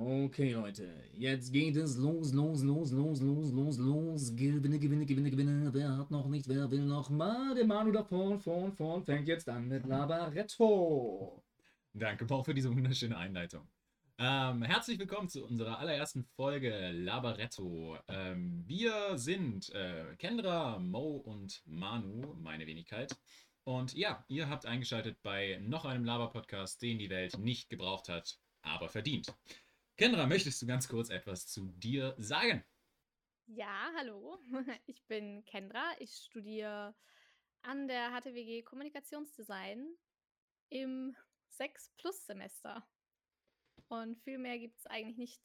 Okay, Leute. Jetzt geht es los, los, los, los, los, los, los. Gewinne, gewinne, gewinne, gewinne. Wer hat noch nicht, wer will noch mal? Der Manu da vorn, vorn, vorn fängt jetzt an mit Labaretto. Danke, Paul, für diese wunderschöne Einleitung. Ähm, herzlich willkommen zu unserer allerersten Folge Labaretto. Ähm, wir sind äh, Kendra, Mo und Manu, meine Wenigkeit. Und ja, ihr habt eingeschaltet bei noch einem Laber-Podcast, den die Welt nicht gebraucht hat, aber verdient. Kendra, möchtest du ganz kurz etwas zu dir sagen? Ja, hallo. Ich bin Kendra. Ich studiere an der HTWG Kommunikationsdesign im 6-Plus-Semester. Und viel mehr gibt es eigentlich nicht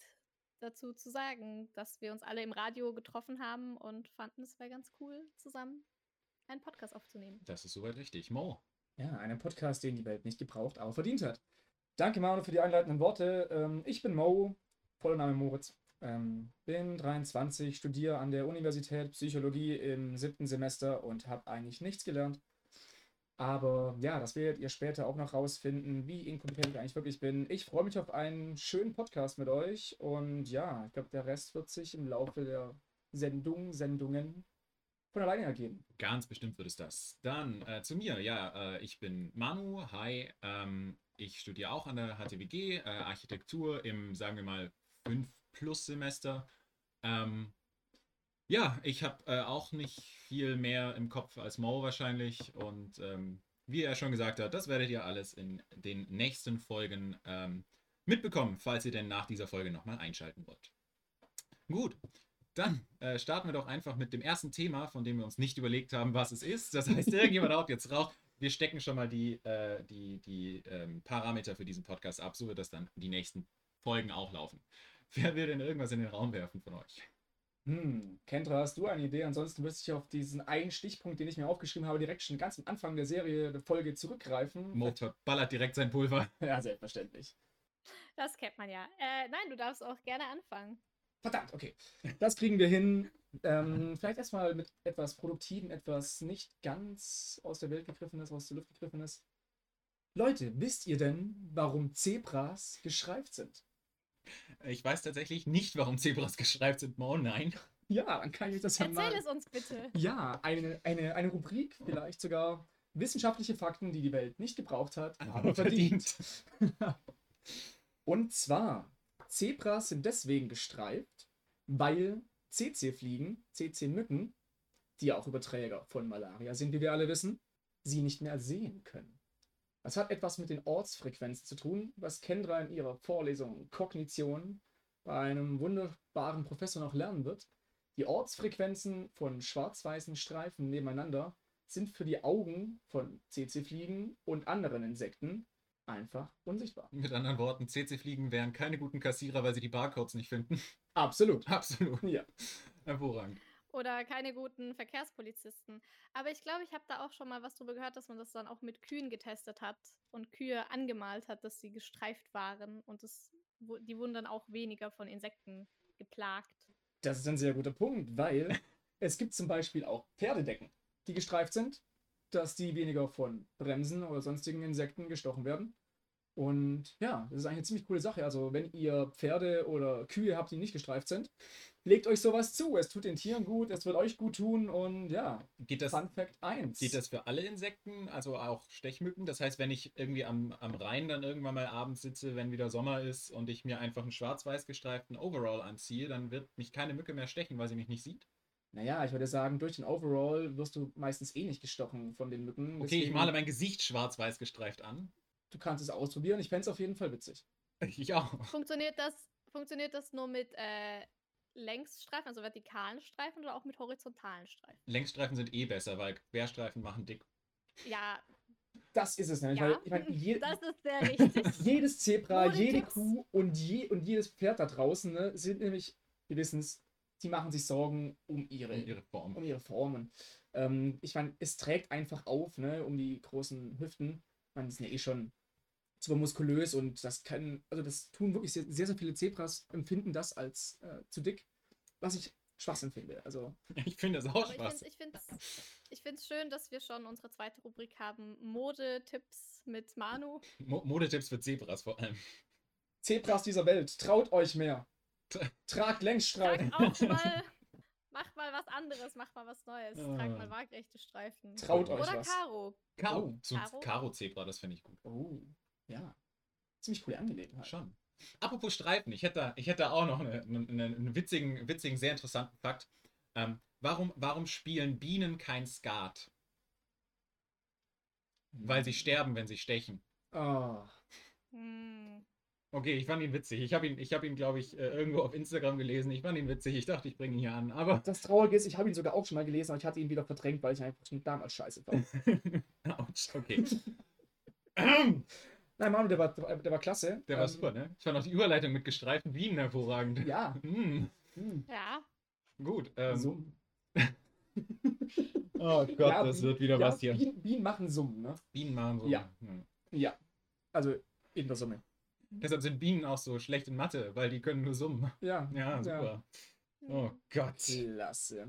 dazu zu sagen, dass wir uns alle im Radio getroffen haben und fanden, es wäre ganz cool, zusammen einen Podcast aufzunehmen. Das ist soweit richtig. Mo. Ja, einen Podcast, den die Welt nicht gebraucht, aber verdient hat. Danke, Manu, für die einleitenden Worte. Ähm, ich bin Mo, voller Name Moritz. Ähm, bin 23, studiere an der Universität Psychologie im siebten Semester und habe eigentlich nichts gelernt. Aber ja, das werdet ihr später auch noch rausfinden, wie inkompetent ich eigentlich wirklich bin. Ich freue mich auf einen schönen Podcast mit euch und ja, ich glaube, der Rest wird sich im Laufe der Sendung, Sendungen von alleine ergeben. Ganz bestimmt wird es das. Dann äh, zu mir. Ja, äh, ich bin Manu. Hi. Ähm, ich studiere auch an der HTWG äh, Architektur im, sagen wir mal, 5-Plus-Semester. Ähm, ja, ich habe äh, auch nicht viel mehr im Kopf als Mo wahrscheinlich. Und ähm, wie er schon gesagt hat, das werdet ihr alles in den nächsten Folgen ähm, mitbekommen, falls ihr denn nach dieser Folge nochmal einschalten wollt. Gut, dann äh, starten wir doch einfach mit dem ersten Thema, von dem wir uns nicht überlegt haben, was es ist. Das heißt, irgendjemand haut jetzt rauf. Wir stecken schon mal die, äh, die, die ähm, Parameter für diesen Podcast ab, so wird das dann die nächsten Folgen auch laufen. Wer will denn irgendwas in den Raum werfen von euch? Hm, Kendra, hast du eine Idee? Ansonsten müsste ich auf diesen einen Stichpunkt, den ich mir aufgeschrieben habe, direkt schon ganz am Anfang der Serie, der Folge zurückgreifen. Mo ballert direkt sein Pulver. Ja, selbstverständlich. Das kennt man ja. Äh, nein, du darfst auch gerne anfangen. Verdammt, okay. Das kriegen wir hin. Ähm, vielleicht erstmal mit etwas Produktivem, etwas nicht ganz aus der Welt gegriffenes, aus der Luft gegriffenes. Leute, wisst ihr denn, warum Zebras geschreift sind? Ich weiß tatsächlich nicht, warum Zebras geschreibt sind, Mo, nein. Ja, dann kann ich euch das ja mal. Erzähl es uns bitte. Ja, eine, eine, eine Rubrik, vielleicht sogar wissenschaftliche Fakten, die die Welt nicht gebraucht hat, aber, verdient. Und zwar, Zebras sind deswegen gestreift, weil CC-Fliegen, CC-Mücken, die ja auch Überträger von Malaria sind, wie wir alle wissen, sie nicht mehr sehen können. Das hat etwas mit den Ortsfrequenzen zu tun, was Kendra in ihrer Vorlesung Kognition bei einem wunderbaren Professor noch lernen wird. Die Ortsfrequenzen von schwarz-weißen Streifen nebeneinander sind für die Augen von CC-Fliegen und anderen Insekten einfach unsichtbar. Mit anderen Worten, CC-Fliegen wären keine guten Kassierer, weil sie die Barcodes nicht finden. Absolut. Absolut. Ja. Hervorragend. Oder keine guten Verkehrspolizisten. Aber ich glaube, ich habe da auch schon mal was drüber gehört, dass man das dann auch mit Kühen getestet hat und Kühe angemalt hat, dass sie gestreift waren und das, die wurden dann auch weniger von Insekten geplagt. Das ist ein sehr guter Punkt, weil es gibt zum Beispiel auch Pferdedecken, die gestreift sind, dass die weniger von Bremsen oder sonstigen Insekten gestochen werden. Und ja, das ist eigentlich eine ziemlich coole Sache. Also, wenn ihr Pferde oder Kühe habt, die nicht gestreift sind, legt euch sowas zu. Es tut den Tieren gut, es wird euch gut tun und ja. Geht das, Fun Fact 1. geht das für alle Insekten, also auch Stechmücken? Das heißt, wenn ich irgendwie am, am Rhein dann irgendwann mal abends sitze, wenn wieder Sommer ist und ich mir einfach einen schwarz-weiß gestreiften Overall anziehe, dann wird mich keine Mücke mehr stechen, weil sie mich nicht sieht? Naja, ich würde sagen, durch den Overall wirst du meistens eh nicht gestochen von den Mücken. Okay, ich male mein Gesicht schwarz-weiß gestreift an. Du kannst es ausprobieren. Ich fände es auf jeden Fall witzig. Ich auch. Funktioniert das, funktioniert das nur mit äh, Längsstreifen, also vertikalen Streifen oder auch mit horizontalen Streifen? Längsstreifen sind eh besser, weil Querstreifen machen dick. Ja, Das ist es nämlich. ja, Weil, ich meine, je, das ist sehr richtig. jedes Zebra, Modetipps. jede Kuh und, je, und jedes Pferd da draußen ne, sind nämlich, wir wissen es, die machen sich Sorgen um ihre, In ihre Form. um ihre Formen. Ähm, ich meine, es trägt einfach auf, ne, um die großen Hüften. Ich meine, die sind ja eh schon super muskulös und das kann, also das tun wirklich sehr, sehr, sehr viele Zebras, empfinden das als äh, zu dick, was ich Schwachsinn finde. Also, Ich finde das auch Aber Spaß. Ich finde es ich find's schön, dass wir schon unsere zweite Rubrik haben: Modetipps mit Manu. Mo Modetipps für Zebras vor allem. Zebras dieser Welt, traut euch mehr. Tragt Längsstreifen. Sag auch mal, mach mal was anderes, mach mal was Neues. Trag Ah. mal waagrechte Streifen. Traut euch Oder was. Karo. Karo. Oh. So ein Karo? Karo-Zebra, das finde ich gut. Oh, ja. Ziemlich coole Angelegenheit. Schon. Apropos Streifen, ich hätte, da- ich hätte da auch noch eine- eine- eine- einen witzigen, witzigen, sehr interessanten Fakt. Ähm, warum, warum spielen Bienen kein Skat? Weil sie sterben, wenn sie stechen. Ah, Hm. Okay, ich fand ihn witzig. Ich habe ihn, ich hab ihn glaube ich, äh, irgendwo auf Instagram gelesen. Ich fand ihn witzig. Ich dachte, ich bringe ihn hier an. Aber das Traurige ist, ich habe ihn sogar auch schon mal gelesen, aber ich hatte ihn wieder verdrängt, weil ich einfach schon damals scheiße war. Autsch, okay. Ähm, Nein, Manu, der war, der war klasse. Ähm, Der war super, ne? Ich fand auch die Überleitung mit gestreiften Bienen hervorragend. Ja. Hm, Hm. Ja, gut. Ähm, Summen. Oh Gott, Ja, das Bi- wird wieder ja, was hier. Bienen, Bienen machen Summen, ne? Bienen machen so. Ja. Hm. Ja. Also in der Summe. Deshalb sind Bienen auch so schlecht in Mathe, weil die können nur summen. Ja. Ja, super. hm, Oh Gott. Klasse.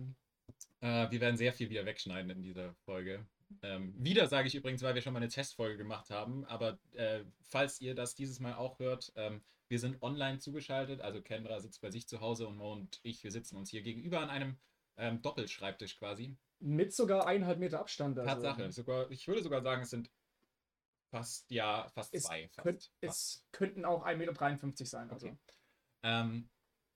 Äh, wir werden sehr viel wieder wegschneiden in dieser Folge. Ähm, wieder sage ich übrigens, weil wir schon mal eine Testfolge gemacht haben, aber äh, falls ihr das dieses Mal auch hört, ähm, wir sind online zugeschaltet, also Kendra sitzt bei sich zu Hause und Mo und ich, wir sitzen uns hier gegenüber an einem ähm, Doppelschreibtisch quasi. Mit sogar eineinhalb Meter Abstand. Also Tatsache, sogar, ich würde sogar sagen, es sind fast, ja, fast Es, zwei. Fast, könnt, fast. es könnten auch 1,53 Meter sein. Also. Okay. Ähm,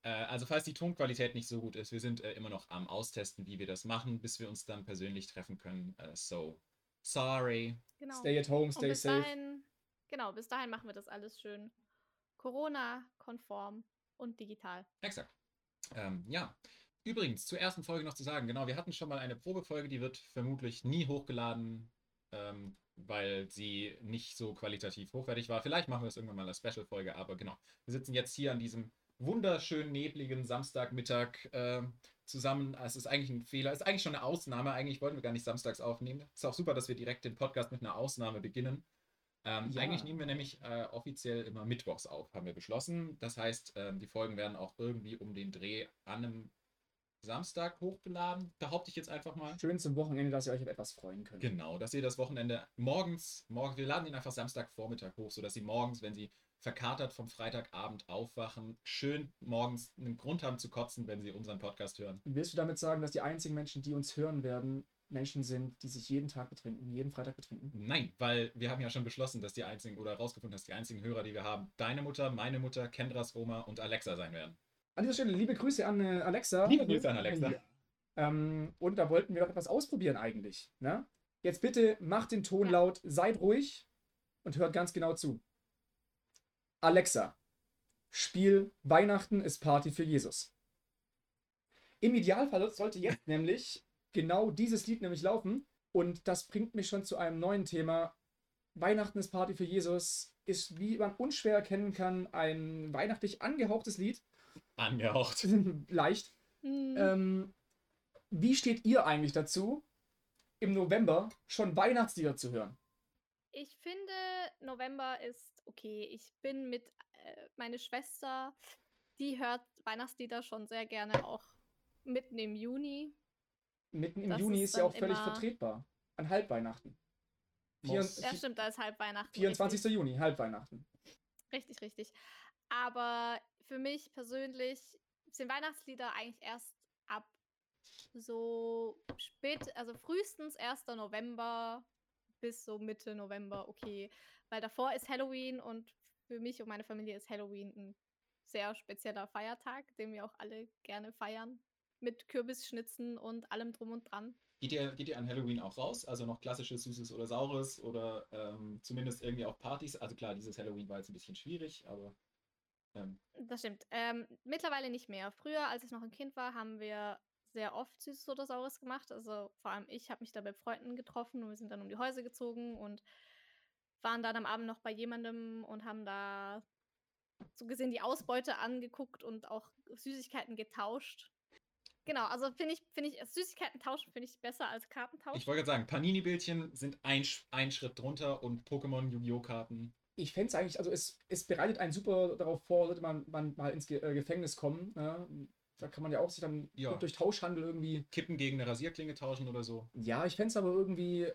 äh, also falls die Tonqualität nicht so gut ist, wir sind äh, immer noch am Austesten, wie wir das machen, bis wir uns dann persönlich treffen können. Äh, so, sorry. Genau. Stay at home, Und stay bis safe. dahin, genau, bis dahin machen wir das alles schön Corona-konform und digital. Exakt. Ähm, ja. Übrigens, zur ersten Folge noch zu sagen, genau, wir hatten schon mal eine Probefolge, die wird vermutlich nie hochgeladen, ähm, weil sie nicht so qualitativ hochwertig war. Vielleicht machen wir das irgendwann mal als Special-Folge, aber genau. Wir sitzen jetzt hier an diesem wunderschönen, nebligen Samstagmittag ähm, zusammen. Es ist eigentlich ein Fehler, es ist eigentlich schon eine Ausnahme. Eigentlich wollten wir gar nicht samstags aufnehmen. ist auch super, dass wir direkt den Podcast mit einer Ausnahme beginnen. Ähm, Ja. Eigentlich nehmen wir nämlich äh, offiziell immer mittwochs auf, haben wir beschlossen. Das heißt, ähm, die Folgen werden auch irgendwie um den Dreh an einem Samstag hochgeladen, behaupte ich jetzt einfach mal. Schön zum Wochenende, dass ihr euch auf etwas freuen könnt. Genau, dass ihr das Wochenende morgens, morgen, wir laden ihn einfach Samstagvormittag hoch, sodass sie morgens, wenn sie verkatert vom Freitagabend aufwachen, schön morgens einen Grund haben zu kotzen, wenn sie unseren Podcast hören. Willst du damit sagen, dass die einzigen Menschen, die uns hören werden, Menschen sind, die sich jeden Tag betrinken, jeden Freitag betrinken? Nein, weil wir haben ja schon beschlossen, dass die einzigen, oder herausgefunden, dass die einzigen Hörer, die wir haben, deine Mutter, meine Mutter, Kendras Oma und Alexa sein werden. An dieser Stelle liebe Grüße an äh, Alexa. Liebe Grüße an Alexa. Ja. Ähm, und da wollten wir doch etwas ausprobieren eigentlich. Ne? Jetzt bitte macht den Ton Ja. laut, seid ruhig und hört ganz genau zu. Alexa, Spiel Weihnachten ist Party für Jesus. Im Idealfall sollte jetzt nämlich genau dieses Lied nämlich laufen. Und das bringt mich schon zu einem neuen Thema. Weihnachten ist Party für Jesus ist, wie man unschwer erkennen kann, ein weihnachtlich angehauchtes Lied. Angehaucht. Leicht. Hm, Ähm, wie steht ihr eigentlich dazu, im November schon Weihnachtslieder zu hören? Ich finde, November ist okay. Ich bin mit äh, meine Schwester, die hört Weihnachtslieder schon sehr gerne auch mitten im Juni. Mitten im Das Juni ist ist ja dann auch völlig immer- vertretbar. An Halbweihnachten. Vier- Muss. Ja, stimmt, da ist halb Weihnachten. 24. Juni, Halbweihnachten. Richtig, richtig. Aber für mich persönlich sind Weihnachtslieder eigentlich erst ab so spät, also frühestens 1. November bis so Mitte November, okay. Weil davor ist Halloween und für mich und meine Familie ist Halloween ein sehr spezieller Feiertag, den wir auch alle gerne feiern. Mit Kürbisschnitzen und allem drum und dran. Geht ihr, geht ihr an Halloween auch raus? Also noch klassisches Süßes oder Saures oder ähm, zumindest irgendwie auch Partys? Also klar, dieses Halloween war jetzt ein bisschen schwierig, aber ähm, Das stimmt. Ähm, mittlerweile nicht mehr. Früher, als ich noch ein Kind war, haben wir sehr oft Süßes oder Saures gemacht. Also vor allem ich habe mich da bei Freunden getroffen und wir sind dann um die Häuser gezogen und waren dann am Abend noch bei jemandem und haben da so gesehen die Ausbeute angeguckt und auch Süßigkeiten getauscht. Genau, also finde ich, finde ich, Süßigkeiten tauschen finde ich besser als Kartentausch. ich wollte gerade sagen, Panini-Bildchen sind ein, Sch- ein Schritt drunter und Pokémon Yu-Gi-Oh! Karten. Ich fände es eigentlich, also es, es bereitet einen super darauf vor, sollte man, man mal ins Ge äh, Gefängnis kommen. Ne? Da kann man ja auch sich dann Ja. gut durch Tauschhandel irgendwie. Kippen gegen eine Rasierklinge tauschen oder so. Ja, ich fände es aber irgendwie,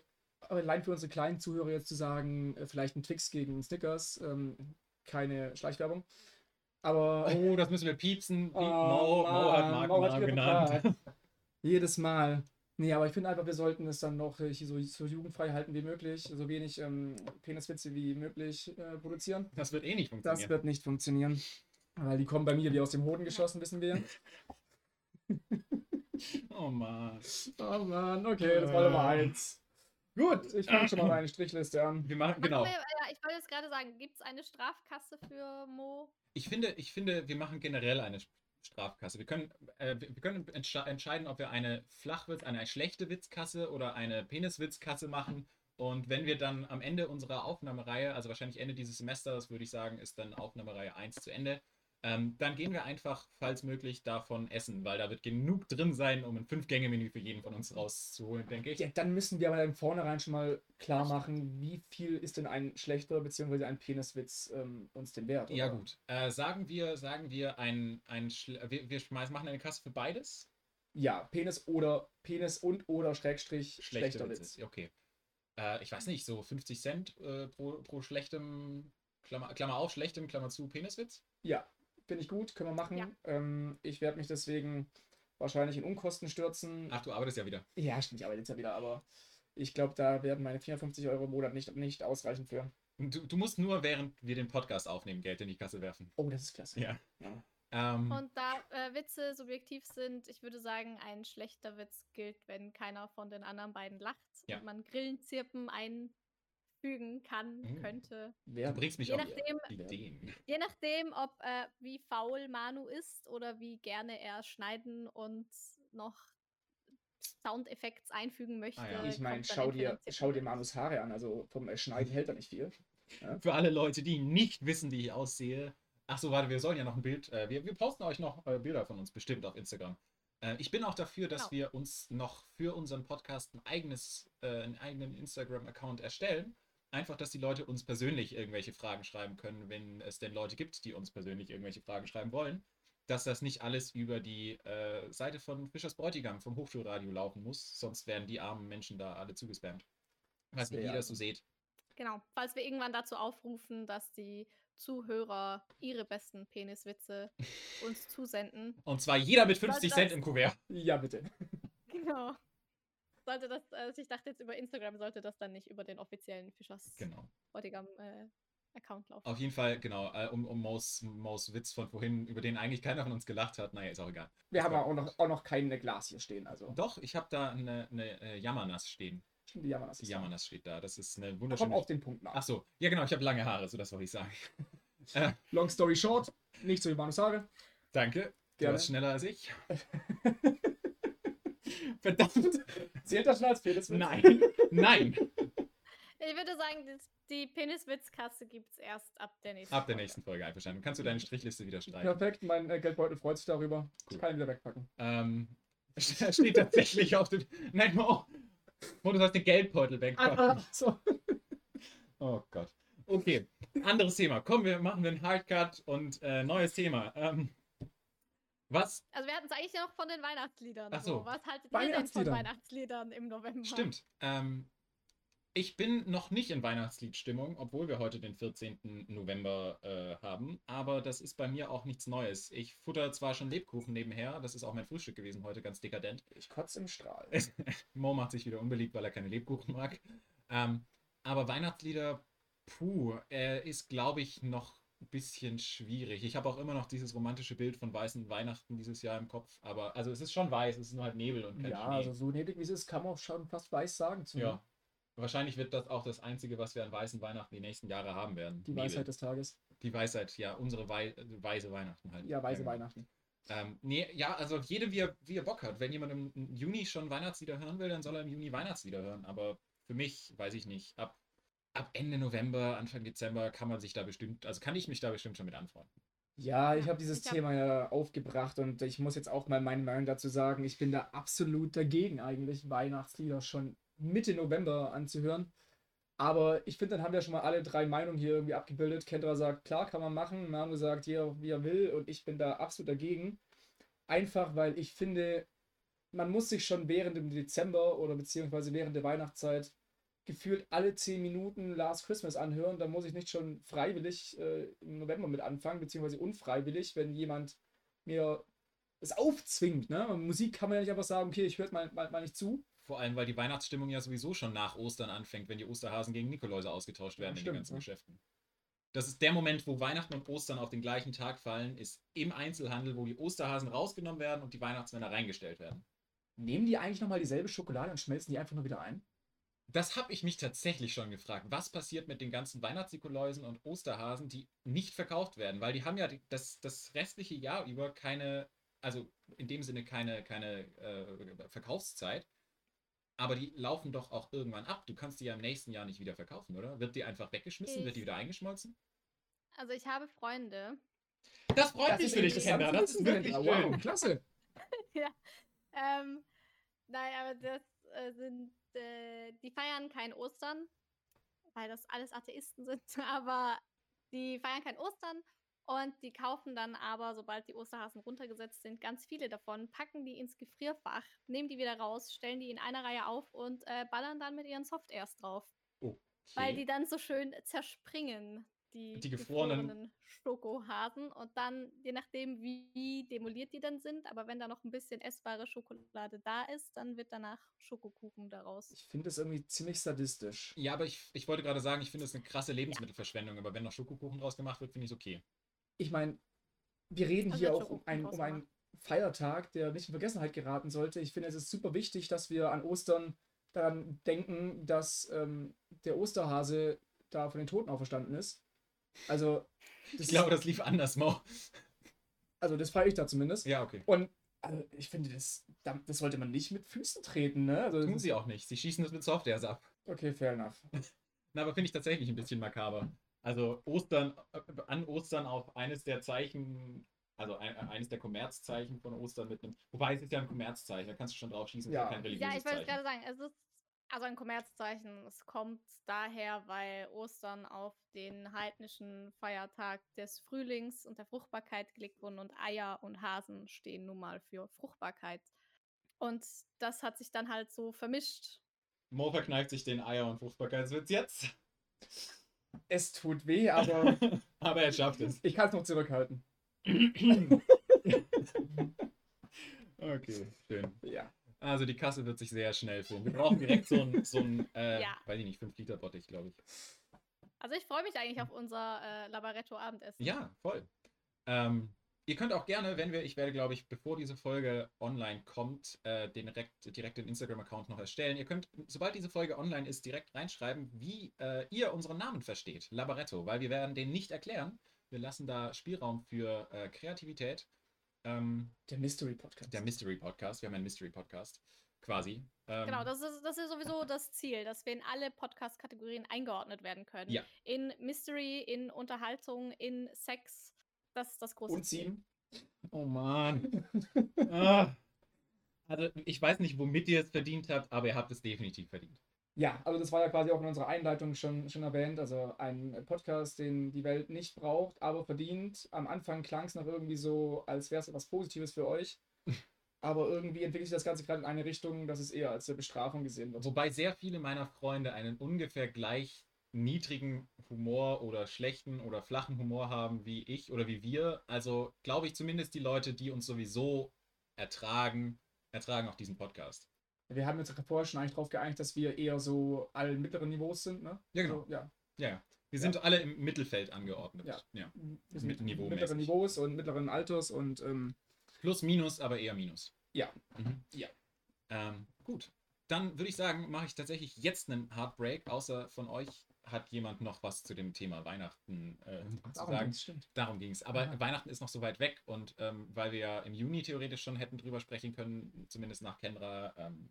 allein für unsere kleinen Zuhörer jetzt zu sagen, äh, vielleicht ein Twix gegen Snickers, ähm, keine Schleichwerbung. Aber Oh, das müssen wir piepsen. Piep, Oh, Mo, Mo hat Mann, Mo Markennamen hat genannt. jedes Mal. Nee, aber ich finde einfach, wir sollten es dann noch äh, so, so jugendfrei halten wie möglich, so wenig ähm, Peniswitze wie möglich äh, produzieren. Das wird eh nicht Das funktionieren. wird nicht funktionieren. Weil die kommen bei mir wie aus dem Hoden geschossen, wissen wir. Oh Mann. Oh Mann, okay, das war Nummer eins. Gut, ich fange schon mal meine Strichliste an. Wir machen, Machen genau. Wir, ja, ich wollte jetzt gerade sagen, gibt es eine Strafkasse für Mo? Ich finde, ich finde, wir machen generell eine Sch- Strafkasse. Wir können, äh, wir wir können entsche entscheiden, ob wir eine Flachwitz, eine schlechte Witzkasse oder eine Peniswitzkasse machen. Und wenn wir dann am Ende unserer Aufnahmereihe, also wahrscheinlich Ende dieses Semesters, würde ich sagen, ist dann Aufnahmereihe 1 zu Ende, ähm, dann gehen wir einfach, falls möglich, davon essen, weil da wird genug drin sein, um ein Fünf-Gänge-Menü für jeden von uns rauszuholen, denke ich. Ja, dann müssen wir aber dann vornherein schon mal klar machen, wie viel ist denn ein schlechter bzw. ein Peniswitz ähm, uns denn wert. Ja, oder? gut. Äh, sagen wir, sagen wir, ein, ein Schle- wir, wir schmeißen, machen eine Kasse für beides. Ja, Penis oder Penis und oder Schrägstrich Schlechte schlechter Witze. Witz. Okay. Äh, ich weiß nicht, so 50 Cent äh, pro, pro schlechtem, Klammer, Klammer auf, schlechtem, Klammer zu, Peniswitz. Ja, finde ich gut, können wir machen. Ja. Ähm, ich werde mich deswegen wahrscheinlich in Unkosten stürzen. Ach, du arbeitest ja wieder. Ja, stimmt, ich arbeite jetzt ja wieder, aber ich glaube, da werden meine 450 Euro im Monat nicht, nicht ausreichen für. Und Du, du musst nur, während wir den Podcast aufnehmen, Geld in die Kasse werfen. Oh, das ist klasse. Ja. Ja. Mhm. Ähm, Und da äh, Witze subjektiv sind, ich würde sagen, ein schlechter Witz gilt, wenn keiner von den anderen beiden lacht Ja. und man Grillen, Zirpen einfügen kann, Mhm. könnte. Wer du bringst mich Je auf nachdem, Ideen. je nachdem, ob äh, wie faul Manu ist oder wie gerne er schneiden und noch Soundeffekts einfügen möchte. ja. Ah, Ich meine, Äh, kommt dann schau entweder dir, ein Zirpen schau dir raus. Manus Haare an. Also vom äh, Schneiden hält er nicht viel. Für alle Leute, die nicht wissen, wie ich aussehe. Ach so, warte, wir sollen ja noch ein Bild. Äh, wir, wir posten euch noch äh, Bilder von uns bestimmt auf Instagram. Äh, ich bin auch dafür, dass Genau. wir uns noch für unseren Podcast ein eigenes, äh, einen eigenen Instagram-Account erstellen. Einfach, dass die Leute uns persönlich irgendwelche Fragen schreiben können, wenn es denn Leute gibt, die uns persönlich irgendwelche Fragen schreiben wollen. Dass das nicht alles über die äh, Seite von Fischers Bräutigam vom Hochschulradio laufen muss, sonst werden die armen Menschen da alle zugespammt. Was wär ihr ja- das so seht. Genau, falls wir irgendwann dazu aufrufen, dass die Zuhörer ihre besten Peniswitze uns zusenden. Und zwar jeder mit Sollte 50 das- Cent im Kuvert. Ja, bitte. Genau. Sollte das, also ich dachte jetzt über Instagram sollte das dann nicht über den offiziellen Fischers Genau. Bräutigam äh, Account laufen. Auf jeden Fall, genau, äh, um, um Maus, Maus Witz von vorhin, über den eigentlich keiner von uns gelacht hat. Naja, ist auch egal. Wir haben auch noch, auch noch kein äh, Glas hier stehen. Also, Doch, ich habe da eine, eine äh, Yamanas stehen. stimmt, die Jammer, das Die ist Yamanas steht da. Das ist eine Komm wunderschöne. auf den Punkt nach. Ach so, ja genau, ich habe lange Haare, so das wollte ich sagen. Long story short, nicht so wie Manus Haare. Danke. Du Gerne. warst schneller als ich. Verdammt. Zählt das schon als Penis? Nein. Nein. Ich würde sagen, das- die Peniswitzkasse gibt es erst ab der nächsten. Ab der nächsten Folge einverstanden. Kannst du deine Strichliste wieder streichen? Perfekt, mein äh, Geldbeutel freut sich darüber. Cool. Kann ihn wieder wegpacken. Ähm, steht tatsächlich auf dem. Nein, Mo. Mo, du sollst den Geldbeutel ah, wegpacken. So. Oh Gott. Okay, anderes Thema. Komm, wir machen den Hardcut und äh, neues Thema. Ähm, was? Also wir hatten es eigentlich noch von den Weihnachtsliedern. Ach so. Was haltet ihr denn von Weihnachtsliedern. Weihnachtsliedern im November? Stimmt. Ähm, ich bin noch nicht in Weihnachtsliedstimmung, obwohl wir heute den 14. November äh, haben. Aber das ist bei mir auch nichts Neues. Ich futter zwar schon Lebkuchen nebenher. Das ist auch mein Frühstück gewesen heute, ganz dekadent. Ich kotze im Strahl. Mo macht sich wieder unbeliebt, weil er keine Lebkuchen mag. Ähm, aber Weihnachtslieder, puh, äh, ist, glaube ich, noch ein bisschen schwierig. Ich habe auch immer noch dieses romantische Bild von weißen Weihnachten dieses Jahr im Kopf. Aber also es ist schon weiß, es ist nur halt Nebel und kein Ja, Schnee. also so neblig wie es ist, kann man auch schon fast weiß sagen. Zu ja. Wahrscheinlich wird das auch das Einzige, was wir an weißen Weihnachten die nächsten Jahre haben werden. Die Nebel. Weisheit des Tages. Die Weisheit, ja, unsere Wei weise Weihnachten halt. Ja, weise Ähm, Weihnachten. Ähm, nee, ja, also jede, wie er, wie er Bock hat. Wenn jemand im Juni schon Weihnachtslieder hören will, dann soll er im Juni Weihnachtslieder hören. Aber für mich, weiß ich nicht, ab, ab Ende November, Anfang Dezember kann man sich da bestimmt, also kann ich mich da bestimmt schon mit anfreunden. Ja, ich Ja, habe dieses ich hab- Thema ja aufgebracht und ich muss jetzt auch mal meine Meinung dazu sagen. Ich bin da absolut dagegen, eigentlich Weihnachtslieder schon Mitte November anzuhören. Aber ich finde, dann haben wir schon mal alle drei Meinungen hier irgendwie abgebildet. Kendra sagt, klar, kann man machen. Manu sagt, ja, wie er will. Und ich bin da absolut dagegen. Einfach, weil ich finde, man muss sich schon während dem Dezember oder beziehungsweise während der Weihnachtszeit gefühlt alle 10 Minuten Last Christmas anhören, dann muss ich nicht schon freiwillig äh, im November mit anfangen, beziehungsweise unfreiwillig, wenn jemand mir es aufzwingt. Ne? Musik kann man ja nicht einfach sagen, okay, ich höre mal, mal, mal nicht zu. Vor allem, weil die Weihnachtsstimmung ja sowieso schon nach Ostern anfängt, wenn die Osterhasen gegen Nikoläuse ausgetauscht werden Ja, in den stimmt, ganzen ja. Geschäften. Das ist der Moment, wo Weihnachten und Ostern auf den gleichen Tag fallen, ist im Einzelhandel, wo die Osterhasen rausgenommen werden und die Weihnachtsmänner reingestellt werden. Nehmen die eigentlich nochmal dieselbe Schokolade und schmelzen die einfach nur wieder ein? Das habe ich mich tatsächlich schon gefragt. Was passiert mit den ganzen Weihnachtsnikoläusen und Osterhasen, die nicht verkauft werden? Weil die haben ja die- das, das restliche Jahr über keine, also in dem Sinne keine, keine äh, Verkaufszeit. Aber die laufen doch auch irgendwann ab. Du kannst die ja im nächsten Jahr nicht wieder verkaufen, oder? Wird die einfach weggeschmissen? Wird die Ich- wieder eingeschmolzen? Also ich habe Freunde. Das freut Das mich ist für dich, interessant Kendra. zu Das wissen, ist wirklich Kendra. Wow, schön. klasse. Ähm, nein, aber das äh, sind, äh, die feiern kein Ostern, weil das alles Atheisten sind, aber die feiern kein Ostern und die kaufen dann aber, sobald die Osterhasen runtergesetzt sind, ganz viele davon, packen die ins Gefrierfach, nehmen die wieder raus, stellen die in einer Reihe auf und äh, ballern dann mit ihren Softairs drauf, weil die dann so schön zerspringen. Die, Die gefrorenen- Schokohasen und dann, je nachdem, wie, wie demoliert die dann sind, aber wenn da noch ein bisschen essbare Schokolade da ist, dann wird danach Schokokuchen daraus. Ich finde das irgendwie ziemlich sadistisch. Ja, aber ich, ich wollte gerade sagen, ich finde es eine krasse Lebensmittelverschwendung, aber wenn noch Schokokuchen draus gemacht wird, finde ich es okay. Ich meine, wir reden Also hier jetzt auch noch um unten einen, draus um einen Feiertag, der nicht in Vergessenheit geraten sollte. Ich finde, es ist super wichtig, dass wir an Ostern daran denken, dass ähm, der Osterhase da von den Toten auferstanden ist. Also, Ich das, glaube, das lief anders, Mo. also das feiere ich da zumindest. Ja, okay. Und also, ich finde, das, da- das sollte man nicht mit Füßen treten, ne? Also, Tun sie auch nicht. Sie schießen das mit Softwares ab. okay, fair enough. Na, aber finde ich tatsächlich ein bisschen makaber. Also Ostern, äh, an Ostern auf eines der Zeichen, also ein, eines der Kommerzzeichen von Ostern mit einem. Wobei es ist ja ein Kommerzzeichen, da kannst du schon drauf schießen, es ist Ja. kein religiöses Ja, ich wollte es Zeichen. gerade sagen, es ist also ein Kommerzzeichen. Es kommt daher, weil Ostern auf den heidnischen Feiertag des Frühlings und der Fruchtbarkeit gelegt wurden und Eier und Hasen stehen nun mal für Fruchtbarkeit. Und das hat sich dann halt so vermischt. Mo verkneift sich den Eier- und Fruchtbarkeitswitz jetzt, Es tut weh, aber aber er schafft es. ich kann es noch zurückhalten. okay, schön. Ja. Also die Kasse wird sich sehr schnell füllen. Wir brauchen direkt so ein, so ein äh, Ja. weiß ich nicht, 5-Liter-Bottich, glaube ich. Also ich freue mich eigentlich auf unser äh, Labaretto-Abendessen. Ja, voll. Ähm, ihr könnt auch gerne, wenn wir, ich werde, glaube ich, bevor diese Folge online kommt, äh, den direkt, direkt den Instagram-Account noch erstellen. Ihr könnt, sobald diese Folge online ist, direkt reinschreiben, wie äh, ihr unseren Namen versteht, Labaretto, weil wir werden den nicht erklären. Wir lassen da Spielraum für äh, Kreativität. Ähm, Der Mystery Podcast. der Mystery Podcast, wir haben einen Mystery Podcast, quasi. Ähm, Genau, das ist, das ist sowieso das Ziel, dass wir in alle Podcast-Kategorien eingeordnet werden können. Ja. In Mystery, in Unterhaltung, in Sex. Das ist das große Und Ziel. sieben. Oh Mann. ah. Also, ich weiß nicht, womit ihr es verdient habt, aber ihr habt es definitiv verdient. Ja, also das war ja quasi auch in unserer Einleitung schon, schon erwähnt. Also ein Podcast, den die Welt nicht braucht, aber verdient. Am Anfang klang es noch irgendwie so, als wäre es etwas Positives für euch. Aber irgendwie entwickelt sich das Ganze gerade in eine Richtung, dass es eher als eine Bestrafung gesehen wird. Wobei sehr viele meiner Freunde einen ungefähr gleich niedrigen Humor oder schlechten oder flachen Humor haben wie ich oder wie wir. Also glaube ich zumindest die Leute, die uns sowieso ertragen, ertragen auch diesen Podcast. Wir haben uns vorher schon eigentlich darauf geeinigt, dass wir eher so allen mittleren Niveaus sind, ne? Ja, genau. So, ja. Ja, ja. Wir sind alle im Mittelfeld angeordnet. Ja. ja. Wir sind Mit Niveau mittleren mäßig. Niveaus und mittleren Alters und ähm, Plus, minus, aber eher minus. Ja. Mhm. Ja. Ähm, gut. Dann würde ich sagen, mache ich tatsächlich jetzt einen Heartbreak, außer von euch hat jemand noch was zu dem Thema Weihnachten äh, zu darum sagen. ging's, stimmt. Darum ging es. Aber Ja. Weihnachten ist noch so weit weg und ähm, weil wir ja im Juni theoretisch schon hätten drüber sprechen können, zumindest nach Kendra, ähm,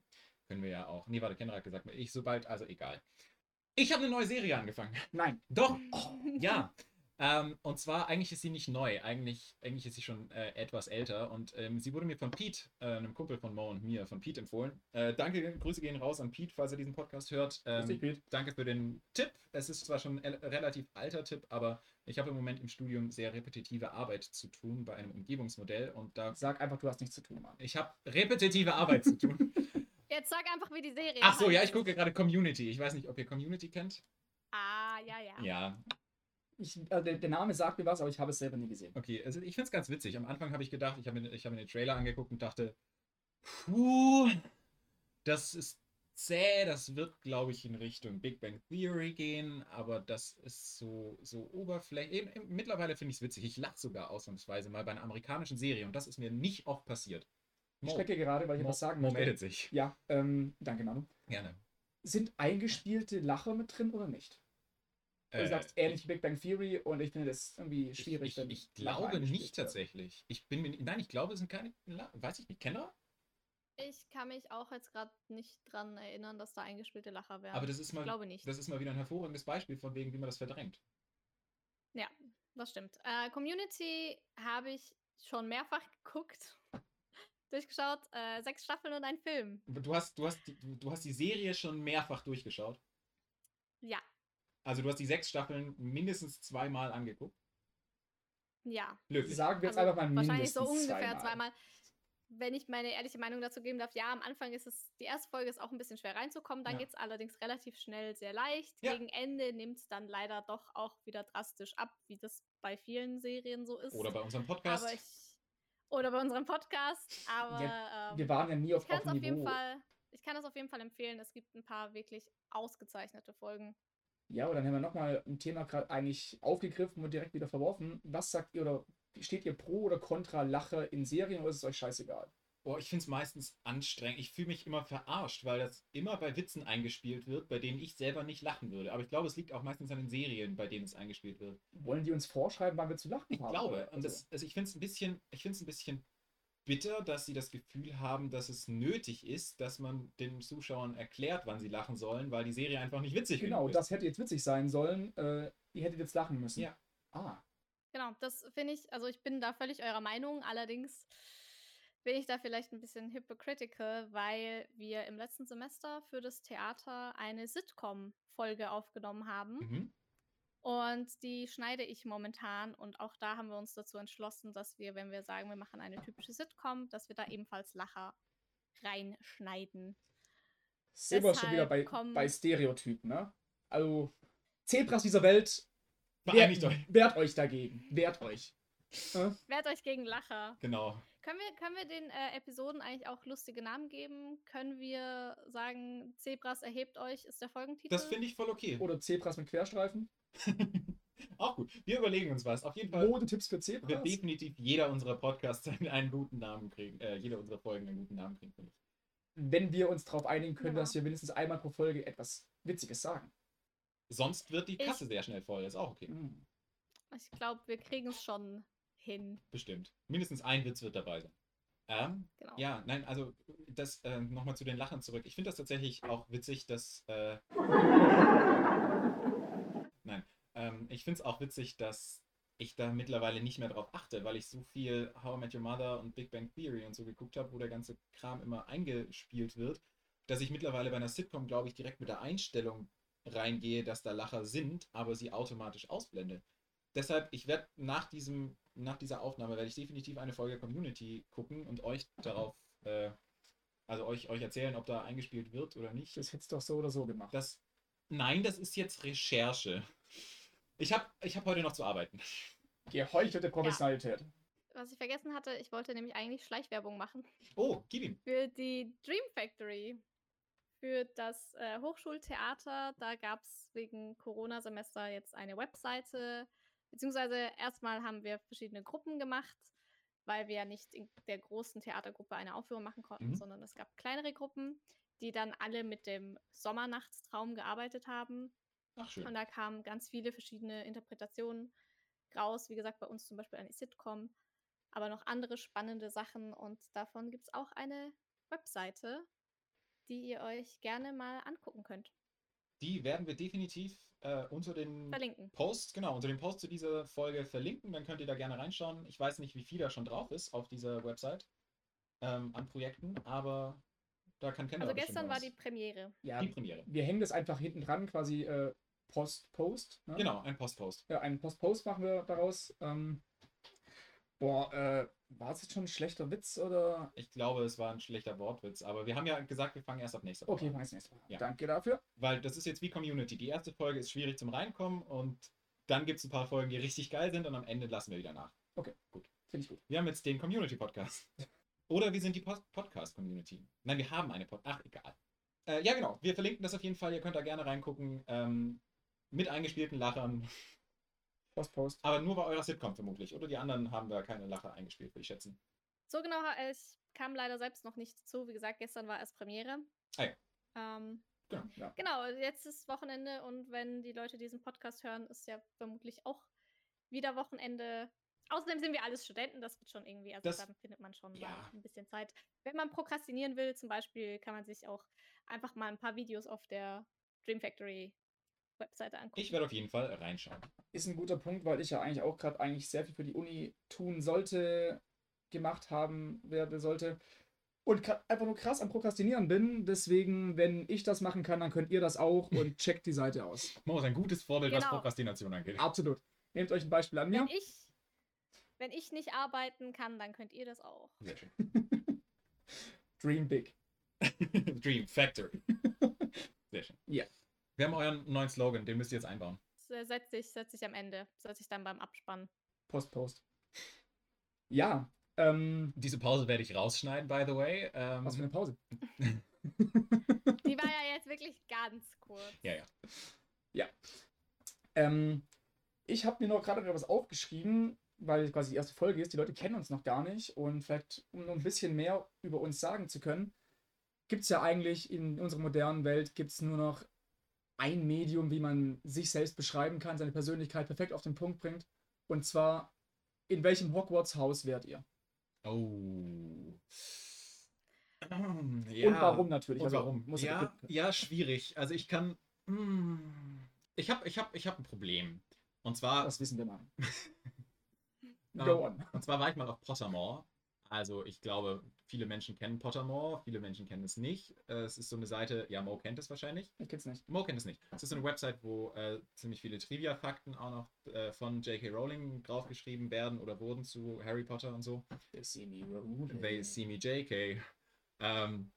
können wir ja auch. Nee, warte, Kendra hat gesagt, ich sobald, also egal. Ich habe eine neue Serie angefangen. Nein. Doch, ja. Ähm, und zwar, eigentlich ist sie nicht neu, eigentlich, eigentlich ist sie schon äh, etwas älter und ähm, sie wurde mir von Pete, äh, einem Kumpel von Mo und mir, von Pete empfohlen. Äh, danke, Grüße gehen raus an Pete, falls er diesen Podcast hört. Grüß Ähm, dich, Pete. danke für den Tipp. Es ist zwar schon ein el- relativ alter Tipp, aber ich habe im Moment im Studium sehr repetitive Arbeit zu tun bei einem Umgebungsmodell und da Sag einfach, du hast nichts zu tun, Mann. ich habe repetitive Arbeit zu tun. Jetzt sag einfach, wie die Serie Ach so, ja, heißt. ich gucke gerade Community. Ich weiß nicht, ob ihr Community kennt. Ah, ja, ja. Ja, Ich, also der, der Name sagt mir was, aber ich habe es selber nie gesehen. Okay, also ich finde es ganz witzig. Am Anfang habe ich gedacht, ich habe mir, ich hab mir den Trailer angeguckt und dachte, puh, das ist zäh, das wird, glaube ich, in Richtung Big Bang Theory gehen, aber das ist so, so oberflächlich. Mittlerweile finde ich es witzig. Ich lache sogar ausnahmsweise mal bei einer amerikanischen Serie und das ist mir nicht oft passiert. Ich strecke gerade, weil ich Mo- etwas sagen Mo möchte. meldet sich. Ja, ähm, danke, Manu. Gerne. Sind eingespielte Lacher mit drin oder nicht? Du Äh, sagst ähnlich Big Bang Theory und ich finde das irgendwie ich, schwierig. ich, wenn ich, ich Lacher glaube eingespielt nicht tatsächlich. Ich bin mir, nicht- nein, ich glaube, es sind keine, La- weiß ich nicht, Kenner? Ich kann mich auch jetzt gerade nicht dran erinnern, dass da eingespielte Lacher wären. Aber das ist ich mal, glaube nicht. Das, das ist mal wieder ein hervorragendes Beispiel von wegen, wie man das verdrängt. stimmt. Äh, Community habe ich schon mehrfach geguckt, durchgeschaut. Äh, sechs Staffeln und ein Film. Du hast, du, hast, die- du du hast die Serie schon mehrfach durchgeschaut. Ja, Also du hast die sechs Staffeln mindestens zweimal angeguckt. ja. wird. Löblich. Sagen wir jetzt Also einfach mal Wahrscheinlich mindestens so ungefähr zweimal. zweimal. Wenn ich meine ehrliche Meinung dazu geben darf, ja, am Anfang ist es, die erste Folge ist auch ein bisschen schwer reinzukommen, dann Ja. geht es allerdings relativ schnell sehr leicht. Ja. Gegen Ende nimmt es dann leider doch auch wieder drastisch ab, wie das bei vielen Serien so ist. Oder bei unserem Podcast. aber ich, oder bei unserem Podcast, aber ähm, Wir waren ja nie auf ich kann es hohem auf jeden Niveau. Fall, ich kann das auf jeden Fall empfehlen. Es gibt ein paar wirklich ausgezeichnete Folgen. Ja, und dann haben wir nochmal ein Thema gerade eigentlich aufgegriffen und direkt wieder verworfen. Was sagt ihr oder steht ihr pro oder contra Lache in Serien oder ist es euch scheißegal? Boah, Oh, ich finde es meistens anstrengend. Ich fühle mich immer verarscht, weil das immer bei Witzen eingespielt wird, bei denen ich selber nicht lachen würde. Aber ich glaube, es liegt auch meistens an den Serien, bei denen es eingespielt wird. Wollen die uns vorschreiben, wann wir zu lachen Ich haben? glaube, oder? und das, also ich finde es ein bisschen, ich finde es ein bisschen bitter, dass sie das Gefühl haben, dass es nötig ist, dass man den Zuschauern erklärt, wann sie lachen sollen, weil die Serie einfach nicht witzig genau, genug ist. das hätte jetzt witzig sein sollen. Äh, ihr hättet jetzt lachen müssen. Ja. Ah, Genau, das finde ich, also ich bin da völlig eurer Meinung, allerdings bin ich da vielleicht ein bisschen hypocritical, weil wir im letzten Semester für das Theater eine Sitcom-Folge aufgenommen haben. Mhm. Und die schneide ich momentan. Und auch da haben wir uns dazu entschlossen, dass wir, wenn wir sagen, wir machen eine typische Sitcom, dass wir da ebenfalls Lacher reinschneiden. sind wir schon wieder Deshalb bei, kommen- bei Stereotypen, ne? Also, Zebras dieser Welt, wehrt, Vereinigt euch. wehrt euch dagegen. Wehrt euch. Wehrt euch gegen Lacher. Genau. Können wir, können wir den äh, Episoden eigentlich auch lustige Namen geben? Können wir sagen, Zebras erhebt euch, ist der Folgentitel? Das finde ich voll okay. Oder Zebras mit Querstreifen. Auch gut. Wir überlegen uns was. Auf jeden Fall Modetipps für wird Zebras. definitiv jeder unserer Podcasts einen guten Namen kriegen. Äh, jeder unserer Folgen einen guten Namen kriegen. finde ich. Wenn wir uns darauf einigen können, Genau. dass wir mindestens einmal pro Folge etwas Witziges sagen. Sonst wird die Ich- Kasse sehr schnell voll. Ist auch okay. Hm. ich glaube, wir kriegen es schon hin. Bestimmt. Mindestens ein Witz wird dabei sein. Ähm, Genau. Ja, nein, also das äh, nochmal zu den Lachen zurück. Ich finde das tatsächlich auch witzig, dass. Äh, nein, ähm, ich finde es auch witzig, dass ich da mittlerweile nicht mehr drauf achte, weil ich so viel How I Met Your Mother und Big Bang Theory und so geguckt habe, wo der ganze Kram immer eingespielt wird, dass ich mittlerweile bei einer Sitcom, glaube ich, direkt mit der Einstellung reingehe, dass da Lacher sind, aber sie automatisch ausblende. Deshalb, ich werde nach diesem, nach dieser Aufnahme werde ich definitiv eine Folge Community gucken und euch darauf, äh, also euch, euch erzählen, ob da eingespielt wird oder nicht. Das hättest du doch so oder so gemacht. Das, nein, das ist jetzt Recherche. Ich habe ich hab heute noch zu arbeiten. Geheuchelte Professionalität. Was ich vergessen hatte, ich wollte nämlich eigentlich Schleichwerbung machen Oh, gib ihm. für die Dream Factory, für das äh, Hochschultheater. Da gab es wegen Corona-Semester jetzt eine Webseite, beziehungsweise erstmal haben wir verschiedene Gruppen gemacht, weil wir ja nicht in der großen Theatergruppe eine Aufführung machen konnten, Mhm. sondern es gab kleinere Gruppen, die dann alle mit dem Sommernachtstraum gearbeitet haben. Ach, Und schön. da kamen ganz viele verschiedene Interpretationen raus. Wie gesagt, bei uns zum Beispiel eine Sitcom, aber noch andere spannende Sachen. Und davon gibt es auch eine Webseite, die ihr euch gerne mal angucken könnt. Die werden wir definitiv äh, unter den Verlinken. Post, genau, unter dem Post zu dieser Folge verlinken. Dann könnt ihr da gerne reinschauen. Ich weiß nicht, wie viel da schon drauf ist auf dieser Website ähm, an Projekten, aber Genau, da kann Kendra Also bestimmt gestern noch war was. die Premiere. Ja, die Premiere. wir hängen das einfach hinten dran, quasi äh, Post-Post. Ne? Genau, ein Genau, Post-Post. Ja, einen Post-Post machen wir daraus. Ähm, boah, äh, War es jetzt schon ein schlechter Witz oder? Ich glaube, es war ein schlechter Wortwitz, aber wir haben ja gesagt, wir fangen erst ab nächster Woche Okay, an. mach ich's nächstes Mal. Ja. Danke dafür. Weil das ist jetzt wie Community. Die erste Folge ist schwierig zum Reinkommen und dann gibt es ein paar Folgen, die richtig geil sind und am Ende lassen wir wieder nach. Finde ich gut. Wir haben jetzt den Community-Podcast. Oder wir sind die Pod Podcast-Community. Nein, wir haben eine Pod... Ach, egal. Äh, ja, genau. Wir verlinken das auf jeden Fall. Ihr könnt da gerne reingucken. Ähm, mit eingespielten Lachern. Post, Post. Aber nur bei eurer Sitcom vermutlich. Oder die anderen haben da keine Lacher eingespielt, würde ich schätzen. So genau, äh, ich kam leider selbst noch nicht dazu. Wie gesagt, gestern war erst Premiere. Ah ja. Ähm, Genau, ja. genau, jetzt ist Wochenende und wenn die Leute diesen Podcast hören, ist ja vermutlich auch wieder Wochenende. Außerdem sind wir alles Studenten, das wird schon irgendwie, also Das- dann findet man schon mal Ja. ein bisschen Zeit. Wenn man prokrastinieren will, zum Beispiel, kann man sich auch einfach mal ein paar Videos auf der Dream Factory Webseite angucken. Ich werde auf jeden Fall reinschauen. Ist ein guter Punkt, weil ich ja eigentlich auch gerade eigentlich sehr viel für die Uni tun sollte, gemacht haben werde, sollte. Und gra- einfach nur krass am Prokrastinieren bin. Deswegen, wenn ich das machen kann, dann könnt ihr das auch und checkt die Seite aus. Mo ist ein gutes Vorbild, was Genau. Prokrastination angeht. Absolut. Nehmt euch ein Beispiel an mir. wenn, ich, wenn ich nicht arbeiten kann, dann könnt ihr das auch. Sehr schön. Dream big. Dream Factory. Sehr schön. Ja. Wir haben euren neuen Slogan, den müsst ihr jetzt einbauen. Se- Setze ich, setze ich am Ende. Setze ich dann beim Abspann. Post, Post. Ja. Ähm, Diese Pause werde ich rausschneiden, by the way. Ähm, was für eine Pause. Die war ja jetzt wirklich ganz kurz. ja, ja. Ähm, ich habe mir noch gerade etwas aufgeschrieben, weil quasi die erste Folge ist. Die Leute kennen uns noch gar nicht. Und vielleicht, um noch ein bisschen mehr über uns sagen zu können, gibt es ja eigentlich in unserer modernen Welt gibt's nur noch ein Medium, wie man sich selbst beschreiben kann, seine Persönlichkeit perfekt auf den Punkt bringt. Und zwar, in welchem Hogwarts-Haus wärt ihr? Oh. Ähm, Und warum natürlich. Und warum? Muss ja. ja, geguckt werden. ja, schwierig. Also ich kann. Mm, ich habe ich hab, ich hab ein Problem. Und zwar, Das wissen wir mal. Ja. Go on. und zwar war ich mal auf Pottermore. Also ich glaube, viele Menschen kennen Pottermore, viele Menschen kennen es nicht. Äh, Es ist so eine Seite, ja, Mo kennt es wahrscheinlich. Ich kenn's nicht. Mo kennt es nicht. Es ist so eine Website, wo äh, ziemlich viele Trivia-Fakten auch noch äh, von J.K. Rowling draufgeschrieben werden oder wurden zu Harry Potter und so. They See Me JK. Ähm,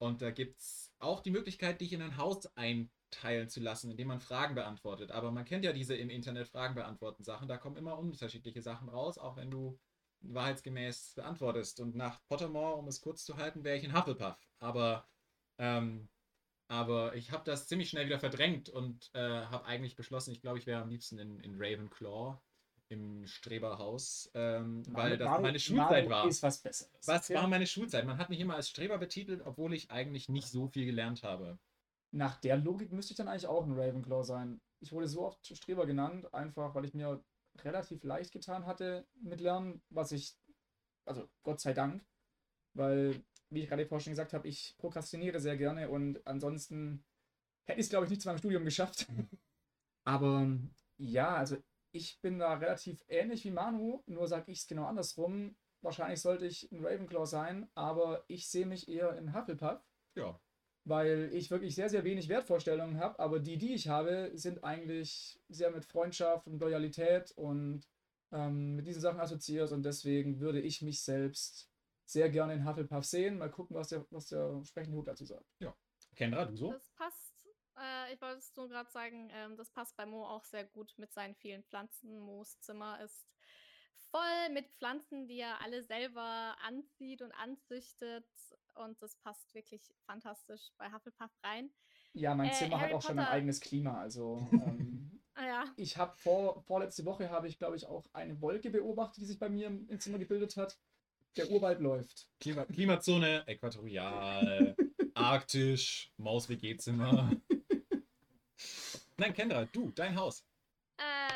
und da gibt es auch die Möglichkeit, dich in ein Haus einteilen zu lassen, indem man Fragen beantwortet. Aber man kennt ja diese im Internet Fragen beantworten Sachen. Da kommen immer unterschiedliche Sachen raus, auch wenn du wahrheitsgemäß beantwortest. Und nach Pottermore, um es kurz zu halten, wäre ich in Hufflepuff. Aber, ähm, aber ich habe das ziemlich schnell wieder verdrängt und äh, habe eigentlich beschlossen, ich glaube, ich wäre am liebsten in, in Ravenclaw im Streberhaus, ähm, weil das Maru- meine Schulzeit Maru war. Ist was Besseres. Was Ja. war meine Schulzeit? Man hat mich immer als Streber betitelt, obwohl ich eigentlich nicht so viel gelernt habe. Nach der Logik müsste ich dann eigentlich auch ein Ravenclaw sein. Ich wurde so oft Streber genannt, einfach weil ich mir relativ leicht getan hatte mit Lernen, was ich, also Gott sei Dank, weil, wie ich gerade vorhin schon gesagt habe, ich prokrastiniere sehr gerne und ansonsten hätte ich es, glaube ich, nicht zu meinem Studium geschafft. Aber ja, also ich bin da relativ ähnlich wie Manu, nur sage ich es genau andersrum. Wahrscheinlich sollte ich ein Ravenclaw sein, aber ich sehe mich eher in Hufflepuff Ja. weil ich wirklich sehr, sehr wenig Wertvorstellungen habe, aber die, die ich habe, sind eigentlich sehr mit Freundschaft und Loyalität und ähm, mit diesen Sachen assoziiert und deswegen würde ich mich selbst sehr gerne in Hufflepuff sehen. Mal gucken, was der, was der entsprechende Hut dazu sagt. Kendra, du so? Das passt. Äh, ich wollte es nur gerade sagen, ähm, das passt bei Mo auch sehr gut mit seinen vielen Pflanzen. Mo's Zimmer ist voll mit Pflanzen, die er alle selber anzieht und anzüchtet. Und das passt wirklich fantastisch bei Hufflepuff rein. Ja, mein Äh, Zimmer hat Harry auch schon ein Potter. eigenes Klima, also ähm, Ah ja, ich habe vor, vorletzte Woche habe ich, glaube ich, auch eine Wolke beobachtet, die sich bei mir im, im Zimmer gebildet hat. Der Urwald läuft. Klima Klimazone, Äquatorial, Arktisch, Maus-WG-Zimmer. Nein, Kendra, du, dein Haus. äh,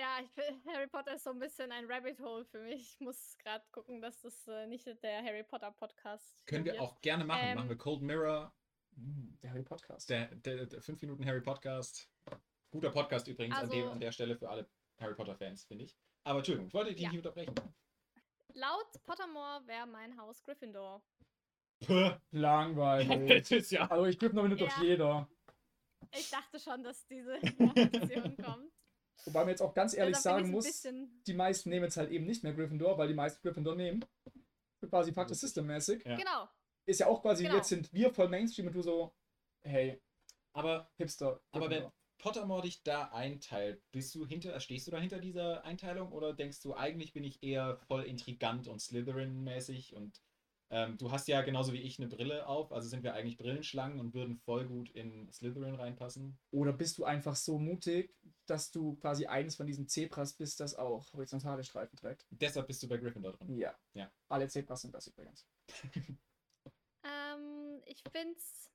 ja ich, bin- Harry Potter ist so ein bisschen ein Rabbit Hole für mich. Ich muss gerade gucken, dass das äh, nicht der Harry Potter Podcast Können wir wird. auch gerne machen. Ähm, machen wir Cold Mirror, Hm, Der Harry Podcast. der, der, der 5 Minuten Harry Podcast. Guter Podcast übrigens an, Also- dem, an der Stelle für alle Harry Potter-Fans, finde ich. Aber Entschuldigung, ich wollte dich Ja. nicht unterbrechen. Laut Pottermore wäre mein Haus Gryffindor. Puh, Langweilig. das ist ja. Also ich grübne noch nicht Ja. durch jeder. Ich dachte schon, dass diese Reaktion kommt. Wobei man jetzt auch ganz ehrlich Deshalb bin ich sagen ein muss, bisschen- die meisten nehmen jetzt halt eben nicht mehr Gryffindor, weil die meisten Gryffindor nehmen. Quasi Faktor System-mäßig. Ja. Genau. Ist ja auch quasi, Genau. jetzt sind wir voll Mainstream und du so, hey, Aber, Hipster. aber wenn Gryffindor. Pottermore dich da einteilt, bist du hinter, stehst du da hinter dieser Einteilung oder denkst du, eigentlich bin ich eher voll intrigant und Slytherin-mäßig und ähm, du hast ja genauso wie ich eine Brille auf, also sind wir eigentlich Brillenschlangen und würden voll gut in Slytherin reinpassen. Oder bist du einfach so mutig, dass du quasi eines von diesen Zebras bist, das auch horizontale Streifen trägt? Deshalb bist du bei Gryffindor drin. Ja. Ja. Alle Zebras sind das übrigens. Ähm, ich finde es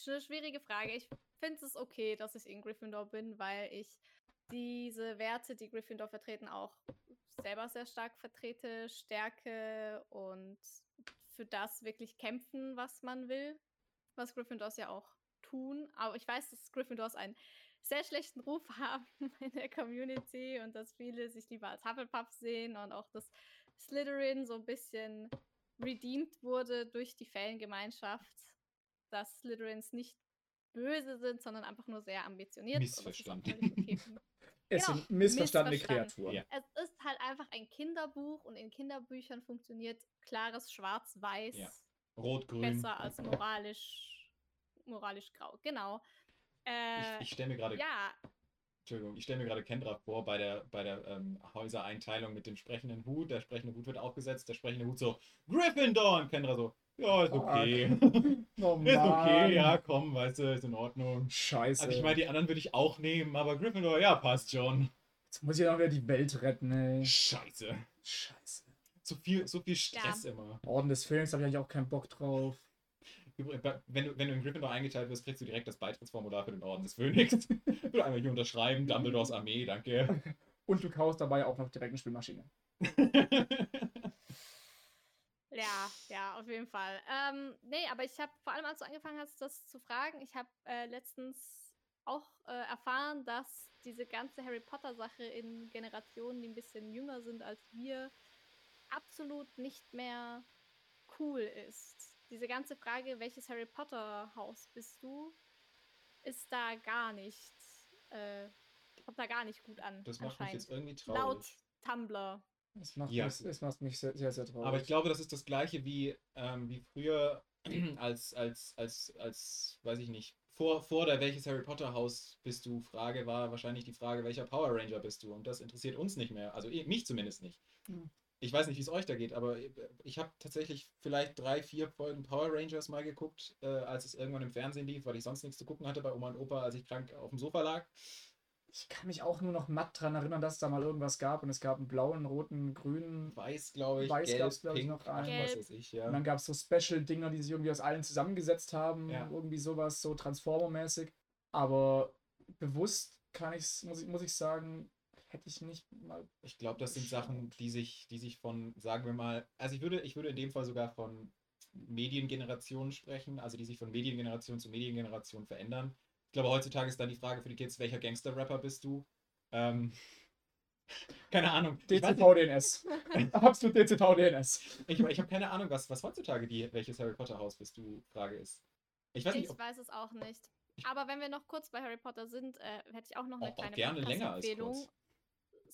ist eine schwierige Frage. Ich finde es okay, dass ich in Gryffindor bin, weil ich diese Werte, die Gryffindor vertreten, auch selber sehr stark vertrete. Stärke und für das wirklich kämpfen, was man will. Was Gryffindors ja auch tun. Aber ich weiß, dass Gryffindors einen sehr schlechten Ruf haben in der Community und dass viele sich lieber als Hufflepuff sehen und auch, dass Slytherin so ein bisschen redeemt wurde durch die Fangemeinschaft, dass Slytherins nicht böse sind, sondern einfach nur sehr ambitioniert. und das ist auch Missverstanden. völlig okay für mich. Es Genau, sind missverstandene missverstanden. Kreaturen. Ja. Es ist halt einfach ein Kinderbuch und in Kinderbüchern funktioniert klares Schwarz-Weiß Ja. Rot-Grün. besser als moralisch, moralisch grau. Genau. Äh, Ich, ich stelle mir gerade ja, Entschuldigung, ich stelle mir gerade Kendra vor bei der, bei der ähm, Häusereinteilung mit dem sprechenden Hut. Der sprechende Hut wird aufgesetzt, der sprechende Hut so, Gryffindor! Und Kendra so, ja, ist okay. Oh ist Mann. okay, ja, komm, weißt du, ist in Ordnung. Scheiße. Also ich meine, die anderen würde ich auch nehmen, aber Gryffindor, ja, passt schon. Jetzt muss ich noch wieder die Welt retten, ey. Scheiße. Scheiße. So viel, so viel Stress immer. Orden des Phönix habe ich eigentlich auch keinen Bock drauf. Übrigens, bei- Wenn du, wenn du in Gryffindor eingeteilt wirst, kriegst du direkt das Beitrittsformular für den Orden des Phönix. Würde einmal hier unterschreiben, Dumbledores Armee, danke. Und du kaufst dabei auch noch direkt eine Spielmaschine. ja, ja, auf jeden Fall. Ähm, nee, aber ich habe vor allem, als du angefangen hast, das zu fragen, ich habe äh, letztens auch äh, erfahren, dass diese ganze Harry Potter-Sache in Generationen, die ein bisschen jünger sind als wir, absolut nicht mehr cool ist. Diese ganze Frage, welches Harry Potter-Haus bist du, ist da gar nicht, äh, kommt da gar nicht gut an. Das macht mich anscheinend. jetzt irgendwie traurig. Laut Tumblr. Das macht, Ja. mich, das macht mich sehr, sehr, sehr traurig. Aber ich glaube, das ist das gleiche wie, ähm, wie früher, als, als, als, als, weiß ich nicht, vor, vor der welches Harry Potter Haus bist du Frage war wahrscheinlich die Frage, welcher Power Ranger bist du? Und das interessiert uns nicht mehr. Also eh- mich zumindest nicht. Hm. Ich weiß nicht, wie es euch da geht, aber äh, ich habe tatsächlich vielleicht drei, vier Folgen Power Rangers mal geguckt, äh, als es irgendwann im Fernsehen lief, weil ich sonst nichts zu gucken hatte bei Oma und Opa, als ich krank auf dem Sofa lag. ich kann mich auch nur noch matt dran erinnern, dass es da mal irgendwas gab und es gab einen blauen, roten, grünen. Weiß, glaube ich, Weiß gelb, gab's, glaub ich, pink, noch ach, was einen. weiß ich, ja. Und dann gab es so Special-Dinger, die sich irgendwie aus allen zusammengesetzt haben. Ja. Irgendwie sowas, so Transformer-mäßig. Aber bewusst kann ich's, muss ich, muss ich sagen, hätte ich nicht mal. Ich glaube, das sind Sachen, die sich, die sich von, sagen wir mal, also ich würde, ich würde in dem Fall sogar von Mediengenerationen sprechen, also die sich von Mediengeneration zu Mediengeneration verändern. Ich glaube, heutzutage ist dann die Frage für die Kids, welcher Gangster-Rapper bist du? Ähm, keine Ahnung. Ich, weiß nicht, DCV-DNS. Absolut DCV-DNS. ich, ich habe keine Ahnung, was, was heutzutage die, welches Harry Potter Haus bist du, Frage ist. Ich weiß nicht, Ich ob, weiß es auch nicht. Aber wenn wir noch kurz bei Harry Potter sind, äh, hätte ich auch noch eine Auch- auch kleine Oh, gerne länger als Podcast-Empfehlung. kurz.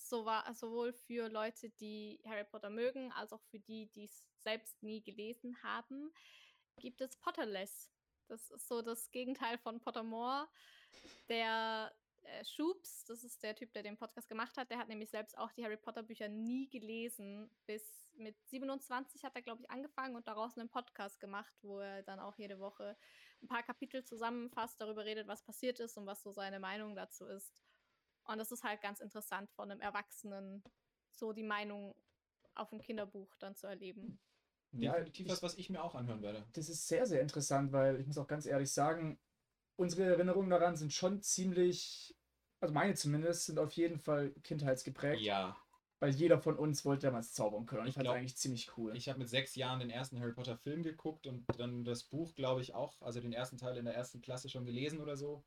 So war, sowohl für Leute, die Harry Potter mögen, als auch für die, die es selbst nie gelesen haben, gibt es Potterless. Das ist so das Gegenteil von Pottermore. Der äh, Schubs, das ist der Typ, der den Podcast gemacht hat, der hat nämlich selbst auch die Harry Potter Bücher nie gelesen. Bis mit 27 hat er, glaube ich, angefangen und daraus einen Podcast gemacht, wo er dann auch jede Woche ein paar Kapitel zusammenfasst, darüber redet, was passiert ist und was so seine Meinung dazu ist. Und das ist halt ganz interessant, von einem Erwachsenen so die Meinung auf ein Kinderbuch dann zu erleben. Ja, definitiv ich- was, was ich mir auch anhören werde. Das ist sehr, sehr interessant, weil ich muss auch ganz ehrlich sagen, unsere Erinnerungen daran sind schon ziemlich, also meine zumindest, sind auf jeden Fall kindheitsgeprägt, Ja, weil jeder von uns wollte damals zaubern können. Und ich Ich fand es glaub- eigentlich ziemlich cool. Ich habe mit sechs Jahren den ersten Harry Potter Film geguckt und dann das Buch, glaube ich, auch, also den ersten Teil in der ersten Klasse schon gelesen oder so.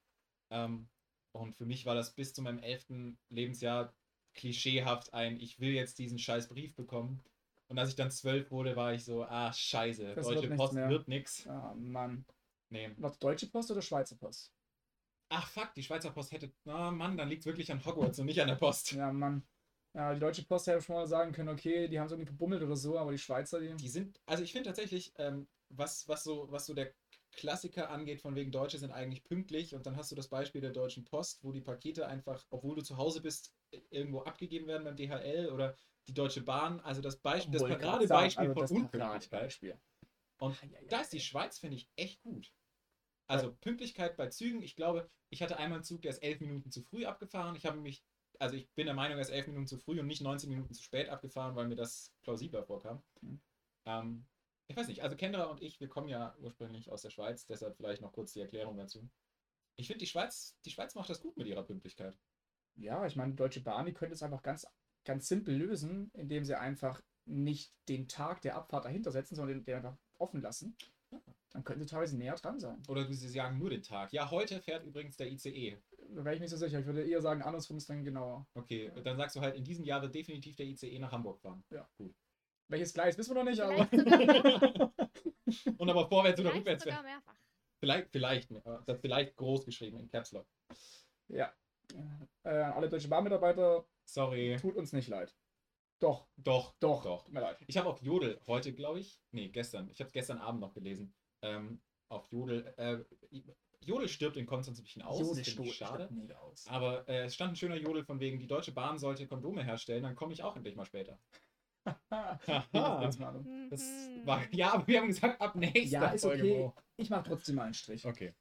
Ähm, und für mich war das bis zu meinem elften Lebensjahr klischeehaft ein, ich will jetzt diesen scheiß Brief bekommen. Und als ich dann zwölf wurde, war ich so, ah, scheiße, Das wird Deutsche nichts Post mehr. wird nix. Ah, Mann. Nee, War das Deutsche Post oder Schweizer Post? Ach fuck, die Schweizer Post hätte. Na Mann, dann liegt es wirklich an Hogwarts und nicht an der Post. Ja, Mann. Ja, die Deutsche Post hätte schon mal sagen können, okay, die haben es irgendwie gebummelt oder so, aber die Schweizer, die. Die sind, also ich finde tatsächlich, ähm, was, was, so, was so der Klassiker angeht, von wegen Deutsche sind eigentlich pünktlich und dann hast du das Beispiel der Deutschen Post, wo die Pakete einfach, obwohl du zu Hause bist, äh, irgendwo abgegeben werden beim DHL oder die Deutsche Bahn. Also das Beispiel, das Oh, Wollte grad gerade sagen, Beispiel also von das Unpünktlichkeit. Paradebeispiel. Und Ah, ja, ja, da ist die ja. Schweiz, finde ich, echt gut. Also Pünktlichkeit bei Zügen, ich glaube, ich hatte einmal einen Zug, der ist elf Minuten zu früh abgefahren. Ich habe mich, also ich bin der Meinung, er ist elf Minuten zu früh und nicht 19 Minuten zu spät abgefahren, weil mir das plausibler vorkam. Mhm. Ähm, ich weiß nicht, also Kendra und ich, wir kommen ja ursprünglich aus der Schweiz, deshalb vielleicht noch kurz die Erklärung dazu. Ich finde, die Schweiz, die Schweiz macht das gut mit ihrer Pünktlichkeit. Ja, ich meine, die Deutsche Bahn, die könnte es einfach ganz, ganz simpel lösen, indem sie einfach nicht den Tag der Abfahrt dahinter setzen, sondern den, den einfach offen lassen. Dann könnten sie teilweise näher dran sein. Oder sie sagen nur den Tag. Ja, heute fährt übrigens der E. ICE. Da wäre ich nicht so sicher. Ich würde eher sagen, andersrum ist dann genau, genauer. Okay, dann sagst du halt, in diesem Jahr wird definitiv der ICE nach Hamburg fahren. Welches Gleis wissen wir noch nicht, aber. Vielleicht sogar, Und aber vorwärts oder vielleicht rückwärts. sogar mehrfach. Vielleicht, vielleicht, äh, das vielleicht groß geschrieben in Caps Lock. Ja. Äh, an alle Deutsche Bahn-Mitarbeiter, Sorry. tut uns nicht leid. Doch, Doch, doch, doch. Tut mir leid. Ich habe auf Jodel heute, glaube ich, nee, gestern, ich habe es gestern Abend noch gelesen, ähm, auf Jodel, äh, Jodel stirbt in Konstanz ein bisschen aus, Jodel das finde ich sto- schade. stirbt nie aus. Aber äh, es stand ein schöner Jodel von wegen, die Deutsche Bahn sollte Kondome herstellen, dann komme ich auch endlich mal später. Das das bringt's Ah. mal an. Mhm. war, ja, aber wir haben gesagt, ab nächster Ja, ist Folge. okay. Mo. Ich mache trotzdem mal einen Strich. Okay.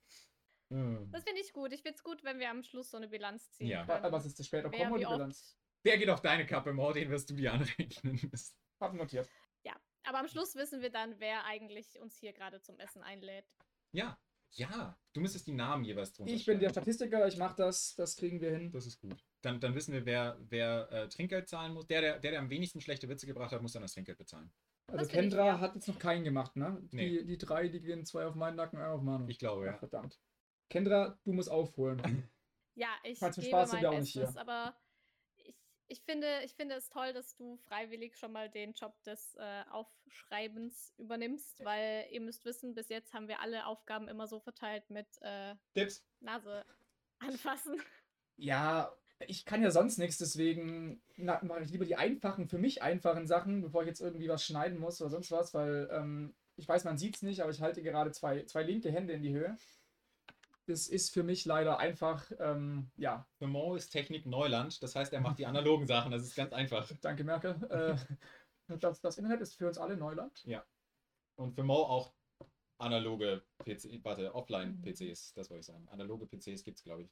Hm. Das finde ich gut. Ich finde es gut, wenn wir am Schluss so eine Bilanz ziehen. Ja. können. Wa- Was ist das später? Wer Kommen wir wie die oft. Bilanz. Der geht auf deine Kappe, Mo, den wirst du dir anrechnen müssen. Hab notiert. Aber am Schluss wissen wir dann, wer eigentlich uns hier gerade zum Essen einlädt. Ja, ja. Du müsstest die Namen jeweils drunter Ich bin schreiben. der Statistiker, ich mache das, das kriegen wir hin. Das ist gut. Dann, dann wissen wir, wer, wer äh, Trinkgeld zahlen muss. Der der, der, der am wenigsten schlechte Witze gebracht hat, muss dann das Trinkgeld bezahlen. Also Das find ich Kendra fair. hat jetzt noch keinen gemacht, ne? Nee. Die, die drei, die gehen zwei auf meinen Nacken, einer auf Manu. Ich glaube, Ach, ja. verdammt. Kendra, du musst aufholen. Ja, ich Macht's mir gebe Spaß, mein sind wir auch nicht Bestes, hier. aber ich, ich, finde, ich finde es toll, dass du freiwillig schon mal den Job des äh, Aufschreibens übernimmst, weil ihr müsst wissen, bis jetzt haben wir alle Aufgaben immer so verteilt mit äh, Tipps. Nase anfassen. ja, ich kann ja sonst nichts, deswegen mache ich lieber die einfachen, für mich einfachen Sachen, bevor ich jetzt irgendwie was schneiden muss oder sonst was, weil ähm, ich weiß, man sieht es nicht, aber ich halte gerade zwei, zwei linke Hände in die Höhe. Das ist für mich leider einfach, ähm, ja, Für Mo ist Technik Neuland. Das heißt, er macht die analogen Sachen. Das ist ganz einfach. danke Merkel. Äh, das, das Internet ist für uns alle Neuland. Und für Mo auch analoge PC, warte, Mhm. Offline-PCs. Das wollte ich sagen. Analoge PCs gibt es, glaube ich.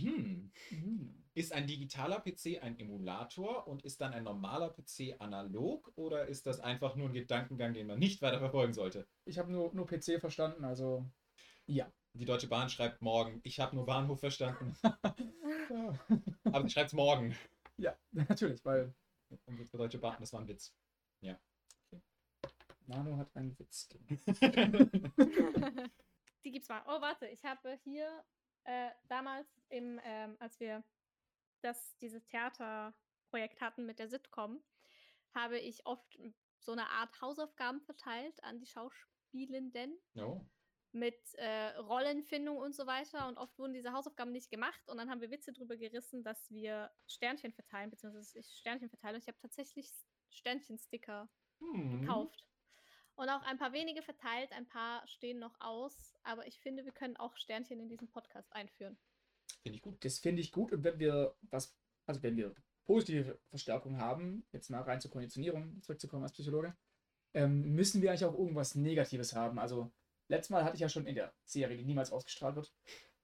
Hm. Mhm. Ist ein digitaler PC ein Emulator und ist dann ein normaler PC analog oder ist das einfach nur ein Gedankengang, den man nicht weiter verfolgen sollte? Ich habe nur, nur PC verstanden, also ja. Die Deutsche Bahn schreibt morgen. Ich habe nur Bahnhof verstanden. Aber sie schreibt es morgen. Ja, natürlich, weil Und die Deutsche Bahn, das war ein Witz. Manu hat einen Witz. gemacht. Die gibt's mal. Oh, warte, ich habe hier äh, damals, im, ähm, als wir das, dieses Theaterprojekt hatten mit der Sitcom, habe ich oft so eine Art Hausaufgaben verteilt an die Schauspielenden. No. mit äh, Rollenfindung und so weiter. Und oft wurden diese Hausaufgaben nicht gemacht. Und dann haben wir Witze drüber gerissen, dass wir Sternchen verteilen, beziehungsweise ich Sternchen verteile. Und ich habe tatsächlich Sternchen-Sticker Mhm. Hm. gekauft. Und auch ein paar wenige verteilt, ein paar stehen noch aus. Aber ich finde, wir können auch Sternchen in diesen Podcast einführen. Finde ich gut. Das finde ich gut und wenn wir was, also wenn wir positive Verstärkung haben, jetzt mal rein zur Konditionierung zurückzukommen als Psychologe, ähm, müssen wir eigentlich auch irgendwas Negatives haben. Also letztes Mal hatte ich ja schon in der Serie, die niemals ausgestrahlt wird,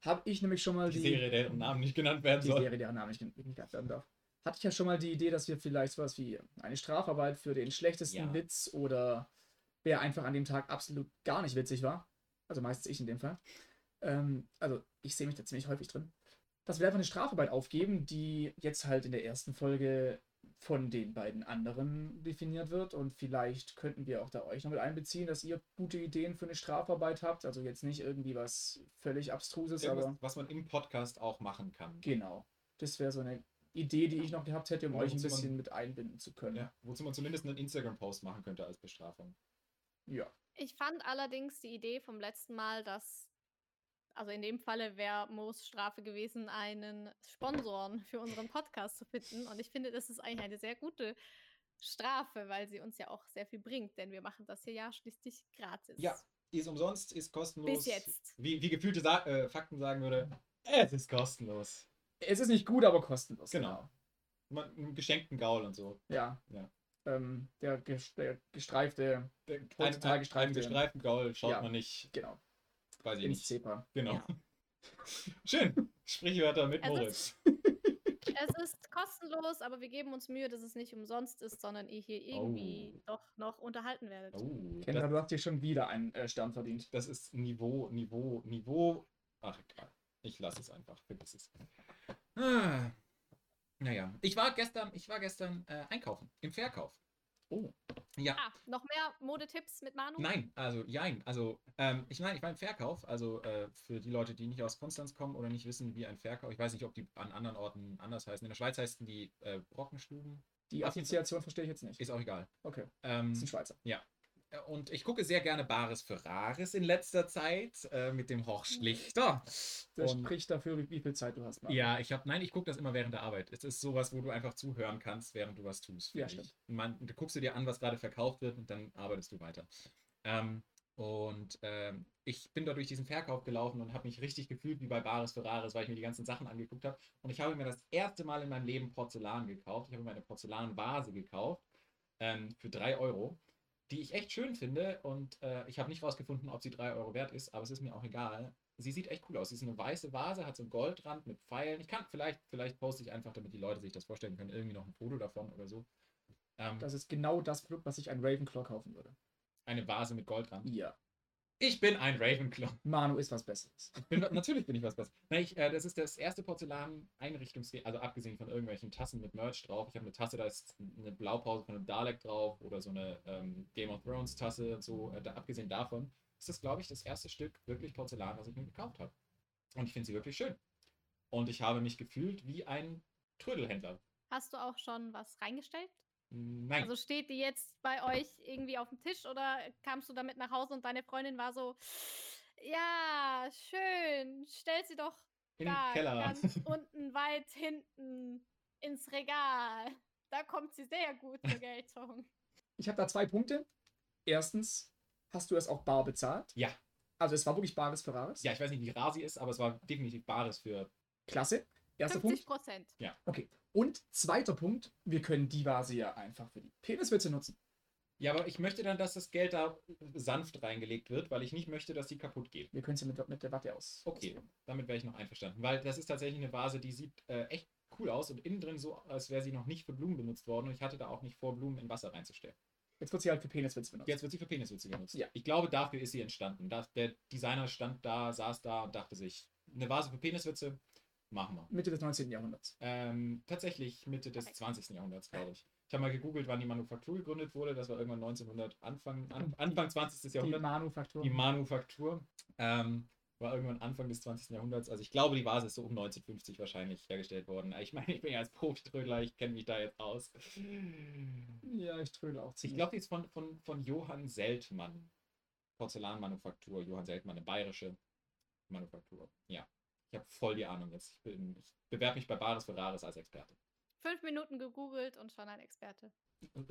habe ich nämlich schon mal Die Serie, deren Namen nicht genannt werden die soll. Serie, deren Name ich nicht genannt werden darf. Hatte ich ja schon mal die Idee, dass wir vielleicht sowas wie eine Strafarbeit für den schlechtesten Ja. Witz oder wer einfach an dem Tag absolut gar nicht witzig war. Also meistens ich in dem Fall. Ähm, also ich sehe mich da ziemlich häufig drin. Dass wir einfach eine Strafarbeit aufgeben, die jetzt halt in der ersten Folge von den beiden anderen definiert wird. Und vielleicht könnten wir auch da euch noch mit einbeziehen, dass ihr gute Ideen für eine Strafarbeit habt. Also jetzt nicht irgendwie was völlig Abstruses, aber. Irgendwas, was man im Podcast auch machen kann. Genau. Das wäre so eine Idee, die ich noch gehabt hätte, um Oder euch ein wozu man- bisschen mit einbinden zu können. Ja, wozu man zumindest einen Instagram-Post machen könnte als Bestrafung. Ja. Ich fand allerdings die Idee vom letzten Mal, dass also in dem Falle wäre Moos Strafe gewesen, einen Sponsoren für unseren Podcast zu finden. Und ich finde, das ist eigentlich eine sehr gute Strafe, weil sie uns ja auch sehr viel bringt, denn wir machen das hier ja schließlich gratis. Ja, ist umsonst, ist kostenlos. Bis jetzt. Wie, wie gefühlte Sa äh, Fakten sagen würde, es ist kostenlos. Es ist nicht gut, aber kostenlos. Genau. Man, einen geschenkten Gaul und so. Ja. Ja. Ähm, der, ges- der gestreifte, Ein, Äh, Heutzutage ein, einen streifen wir. gestreiften Gaul schaut Ja. man nicht, genau, weiß ich in nicht. Zepa. Genau. Schön. Sprichwörter mit Also- Moritz. Es ist kostenlos, aber wir geben uns Mühe, dass es nicht umsonst ist, sondern ihr hier irgendwie Oh. doch noch unterhalten werdet. Oh, Kendra, das, du hast dir schon wieder einen äh, Stern verdient. das ist Niveau, Niveau, Niveau. Ach, egal. Ich lasse es einfach. Vergiss es. Ah, naja. Ich war gestern, ich war gestern äh, einkaufen. Im Verkauf. Oh. Ja. Ah, noch mehr Modetipps mit Manu? Nein, also jein. Also ähm, ich meine, ich meine Verkauf, also äh, für die Leute, die nicht aus Konstanz kommen oder nicht wissen, wie ein Verkauf, ich weiß nicht, ob die an anderen Orten anders heißen. In der Schweiz heißen die äh, Brockenstuben, Die Assoziation verstehe ich jetzt nicht. ist auch egal. Okay, Ähm, das sind Schweizer. äh, und ich gucke sehr gerne Bares für Rares in letzter Zeit äh, mit dem Horst Lichter. Das Und- spricht dafür, wie- wie viel Zeit du hast. Mann. ja, ich habe, nein, ich gucke das immer während der Arbeit. Es ist sowas, wo du einfach zuhören kannst, während du was tust. Ja, finde ich. stimmt. Man, du guckst du dir an, was gerade verkauft wird und dann arbeitest du weiter. Ähm, und ähm, ich bin da durch diesen Verkauf gelaufen und habe mich richtig gefühlt wie bei Bares für Rares, weil ich mir die ganzen Sachen angeguckt habe. Und ich habe mir das erste Mal in meinem Leben Porzellan gekauft. Ich habe mir eine Porzellanvase gekauft ähm, für 3 Euro, die ich echt schön finde. Und äh, ich habe nicht rausgefunden, ob sie 3 Euro wert ist, aber es ist mir auch egal. Sie sieht echt cool aus. Sie ist eine weiße Vase, hat so einen Goldrand mit Pfeilen. Ich kann vielleicht, vielleicht poste ich einfach, damit die Leute sich das vorstellen können, irgendwie noch ein Foto davon oder so. Ähm, Das ist genau das Produkt, was ich an Ravenclaw kaufen würde. eine Vase mit Goldrand. Ja. Ich bin ein Ravenclaw. Manu ist was Besseres. Bin, natürlich bin ich was Besseres. Nein, ich, äh, das ist das erste Porzellan-Einrichtungsgerät, also abgesehen von irgendwelchen Tassen mit Merch drauf. Ich habe eine Tasse, da ist eine Blaupause von einem Dalek drauf oder so eine ähm, Game of Thrones-Tasse. So, äh, da, abgesehen davon ist das, glaube ich, das erste Stück wirklich Porzellan, was ich mir gekauft habe. Und ich finde sie wirklich schön. Und ich habe mich gefühlt wie ein Trödelhändler. Hast du auch schon was reingestellt? Nein. Also steht die jetzt bei euch irgendwie auf dem Tisch oder kamst du damit nach Hause und deine Freundin war so, ja, schön, stell sie doch Im da Keller." ganz unten weit hinten ins Regal. Da kommt sie sehr gut zur Geltung. Ich habe da zwei Punkte. Erstens, hast du es auch bar bezahlt? Ja. Also es war wirklich bares für rares? ja, ich weiß nicht, wie rar sie ist, aber es war definitiv Bares für. Klasse. Erster 50 Punkt. Prozent. Okay. Und zweiter Punkt, wir können die Vase ja einfach für die Peniswitze nutzen. Ja, aber ich möchte dann, dass das Geld da sanft reingelegt wird, weil ich nicht möchte, dass die kaputt geht. Wir können sie mit, mit der Watte aus. Okay, damit wäre ich noch einverstanden, weil das ist tatsächlich eine Vase, die sieht äh, echt cool aus und innen drin so, als wäre sie noch nicht für Blumen benutzt worden und ich hatte da auch nicht vor, Blumen in Wasser reinzustellen. Jetzt wird sie halt für Peniswitze benutzt. Jetzt wird sie für Peniswitze genutzt. Ja. Ich glaube, dafür ist sie entstanden. Da, der Designer stand da, saß da und dachte sich, eine Vase für Peniswitze, machen wir. Mitte des 19. Jahrhunderts. Ähm, tatsächlich Mitte des Korrekt. 20. Jahrhunderts, glaube ich. Ich habe mal gegoogelt, wann die Manufaktur gegründet wurde. Das war irgendwann 1900, Anfang, an, Anfang 20. Die Jahrhundert. Manufaktur. Die Manufaktur ähm, war irgendwann Anfang des 20. Jahrhunderts. Also ich glaube, die Vase ist so um 1950 wahrscheinlich hergestellt worden. Ich meine, ich bin ja als Profitrödler, ich kenne mich da jetzt aus. ja, ich tröle auch Ich ziemlich. glaube, die ist von, von, von Johann Seltmann. Porzellanmanufaktur, Johann Seltmann, eine bayerische Manufaktur. Ja, ich habe voll die Ahnung jetzt. Ich, bin- ich bewerbe mich bei Bares für Rares als Experte. Fünf Minuten gegoogelt und schon ein Experte.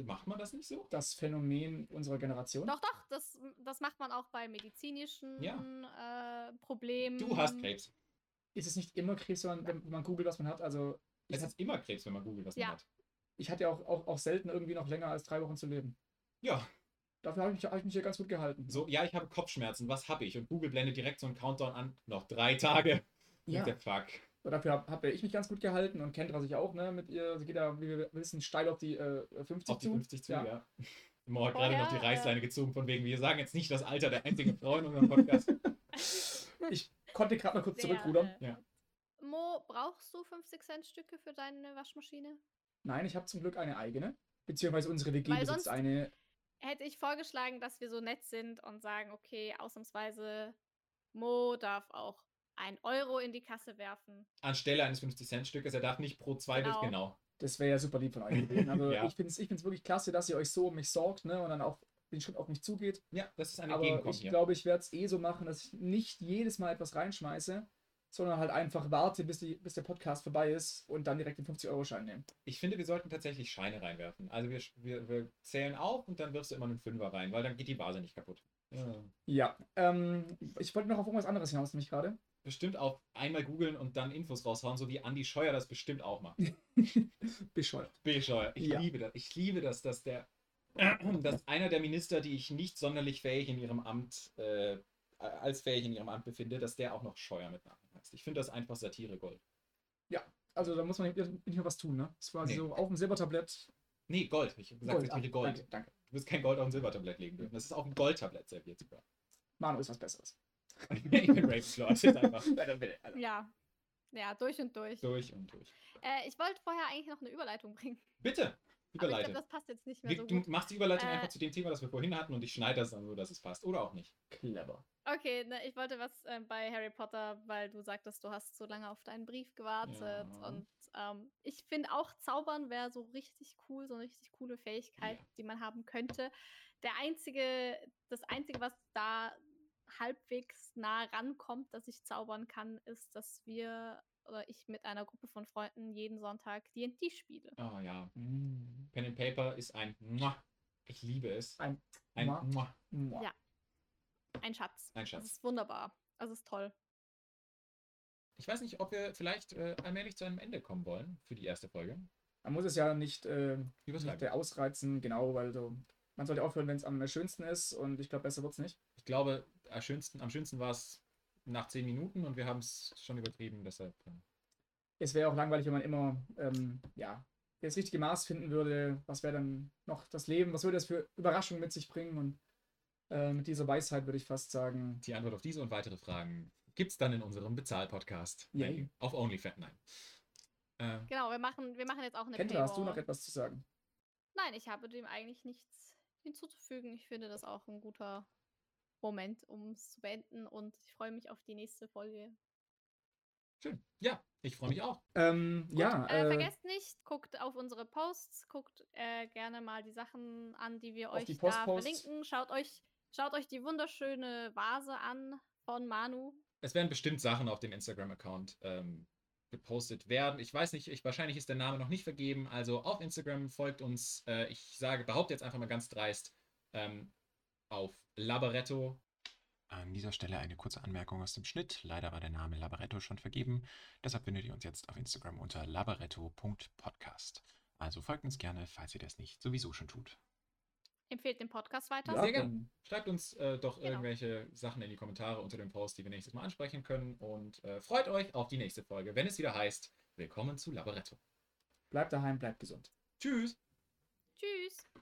Macht man das nicht so? das Phänomen unserer Generation. Doch, doch, das, das macht man auch bei medizinischen äh, Problemen. Du hast Krebs. Ist es nicht immer Krebs, wenn man, wenn man googelt, was man hat? Also ich, Es hat, ist immer Krebs, wenn man googelt, was Ja. man hat. ich hatte ja auch, auch, auch selten irgendwie noch länger als drei Wochen zu leben. Ja, Dafür habe ich, mich- hab ich mich hier ganz gut gehalten. so, ja, ich habe Kopfschmerzen. Was habe ich? Und Google blendet direkt so einen Countdown an. Noch drei Tage. ja. What the fuck? Und dafür habe hab ich mich ganz gut gehalten und Kendra sich auch, ne? Mit ihr, sie geht ja, wie wir wissen, steil auf die äh, 50 Auf die zu. 50 zu, ja. Ja. ja. Mo hat gerade noch die Vorher, äh, Reißleine gezogen, von wegen, wir sagen jetzt nicht das Alter der einzigen Frau in unserem Podcast. Ich konnte gerade mal kurz Sehr, zurückrudern. äh, Ja. Mo, brauchst du 50 Cent Stücke für deine Waschmaschine? Nein, ich habe zum Glück eine eigene. Beziehungsweise unsere WG Weil besitzt sonst- eine. Hätte ich vorgeschlagen, dass wir so nett sind und sagen, okay, ausnahmsweise Mo darf auch ein Euro in die Kasse werfen. Anstelle eines 50-Cent-Stückes, er darf nicht pro zweites, Genau. genau. Das wäre ja super lieb von euch gewesen. Also Ja. ich finde es ich find's wirklich klasse, dass ihr euch so um mich sorgt, ne? Und dann auch den schon auf mich zugeht. Ja, das ist eine Aber Gegenkombi. ich glaube, ich werde es eh so machen, dass ich nicht jedes Mal etwas reinschmeiße, sondern halt einfach warte, bis, die, bis der Podcast vorbei ist und dann direkt den 50-Euro-Schein nehme. Ich finde, wir sollten tatsächlich Scheine reinwerfen. Also wir, wir, wir zählen auf und dann wirfst du immer einen Fünfer rein, weil dann geht die Vase nicht kaputt. Ja, ähm, ich wollte noch auf irgendwas anderes hinaus, nämlich gerade. Bestimmt auch einmal googeln und dann Infos raushauen, so wie Andy Scheuer das bestimmt auch macht. Bescheuert. B. Scheuer, ich Ja. liebe das. Ich liebe das, dass der, dass einer der Minister, die ich nicht sonderlich fähig in ihrem Amt, äh, als fähig in ihrem Amt befinde, dass der auch noch Scheuer mit Namen heißt. Ich finde das einfach Satire Gold. Also da muss man nicht nicht mehr was tun, ne? Es war Nee. so auf dem Silbertablett. Nee, Gold. Ich habe gesagt, Gold. Gold. Satire Ah, Gold. Danke, danke. Du wirst kein Gold auf ein Silbertablett legen dürfen. Das ist auf ein Goldtablett serviert sogar. Manu ist was Besseres. ich bin Ravenclaw. Das ist einfach Ja. Ja, durch und durch. durch und durch. Äh, ich wollte vorher eigentlich noch eine Überleitung bringen. Bitte, Aber ich überleite. glaube, das passt jetzt nicht mehr Wir- so du gut. machst die Überleitung Äh, einfach zu dem Thema, das wir vorhin hatten, und ich schneide das dann so, dass es passt. Oder auch nicht. Clever. Okay, ne, ich wollte was äh, bei Harry Potter, weil du sagtest, du hast so lange auf deinen Brief gewartet. Ja. Und ähm, ich finde auch, Zaubern wäre so richtig cool, so eine richtig coole Fähigkeit, Ja. die man haben könnte. Der einzige, das einzige, was da halbwegs nah rankommt, dass ich zaubern kann, ist, dass wir oder ich mit einer Gruppe von Freunden jeden Sonntag D&D spiele. Ah ja. Mm. Pen and Paper ist ein Mua. Ich liebe es. Ein ein Mua. Mua. Mua. Ja. Ein Schatz. Ein Das Schatz. ist wunderbar. Das ist toll. Ich weiß nicht, ob wir vielleicht äh, allmählich zu einem Ende kommen wollen für die erste Folge. Man muss es ja nicht, äh, nicht Übertreiben. äh, ausreizen, genau, weil so, man sollte aufhören, wenn es am schönsten ist und ich glaube, besser wird's nicht. Ich glaube, am schönsten, am schönsten war es nach zehn Minuten und wir haben es schon übertrieben, deshalb. äh, Es wäre auch langweilig, wenn man immer, ähm, ja, das richtige Maß finden würde. Was wäre dann noch das Leben? Was würde das für Überraschungen mit sich bringen? Und äh, mit dieser Weisheit würde ich fast sagen, Die Antwort auf diese und weitere Fragen gibt's dann in unserem Bezahl-Podcast. Yay. Nein, Auf OnlyFans, nein. Äh, Genau, wir machen, wir machen jetzt auch eine Kendra, hast du noch Paywall. etwas zu sagen? Nein, ich habe dem eigentlich nichts hinzuzufügen. Ich finde das auch ein guter Moment, um es zu beenden und ich freue mich auf die nächste Folge. schön. Ja, ich freue mich auch. Ähm, ja, Äh, äh, vergesst nicht, guckt auf unsere Posts, guckt äh, gerne mal die Sachen an, die wir Auf die euch da Postposts. verlinken. Schaut euch, schaut euch die wunderschöne Vase an von Manu. es werden bestimmt Sachen auf dem Instagram-Account ähm, gepostet werden. Ich weiß nicht, ich, wahrscheinlich ist der Name noch nicht vergeben. Also auf Instagram folgt uns, äh, ich sage, behaupte jetzt einfach mal ganz dreist, ähm, auf Labaretto. An dieser Stelle eine kurze Anmerkung aus dem Schnitt. Leider war der Name Labaretto schon vergeben. Deshalb findet ihr uns jetzt auf Instagram unter labaretto.podcast. Also folgt uns gerne, falls ihr das nicht sowieso schon tut. Empfehlt den Podcast weiter. ja, genau. sehr gerne. dann Schreibt uns äh, doch Genau. irgendwelche Sachen in die Kommentare unter dem Post, die wir nächstes Mal ansprechen können. Und äh, freut euch auf die nächste Folge, wenn es wieder heißt, willkommen zu Laboretto. bleibt daheim, bleibt gesund. Tschüss! Tschüss.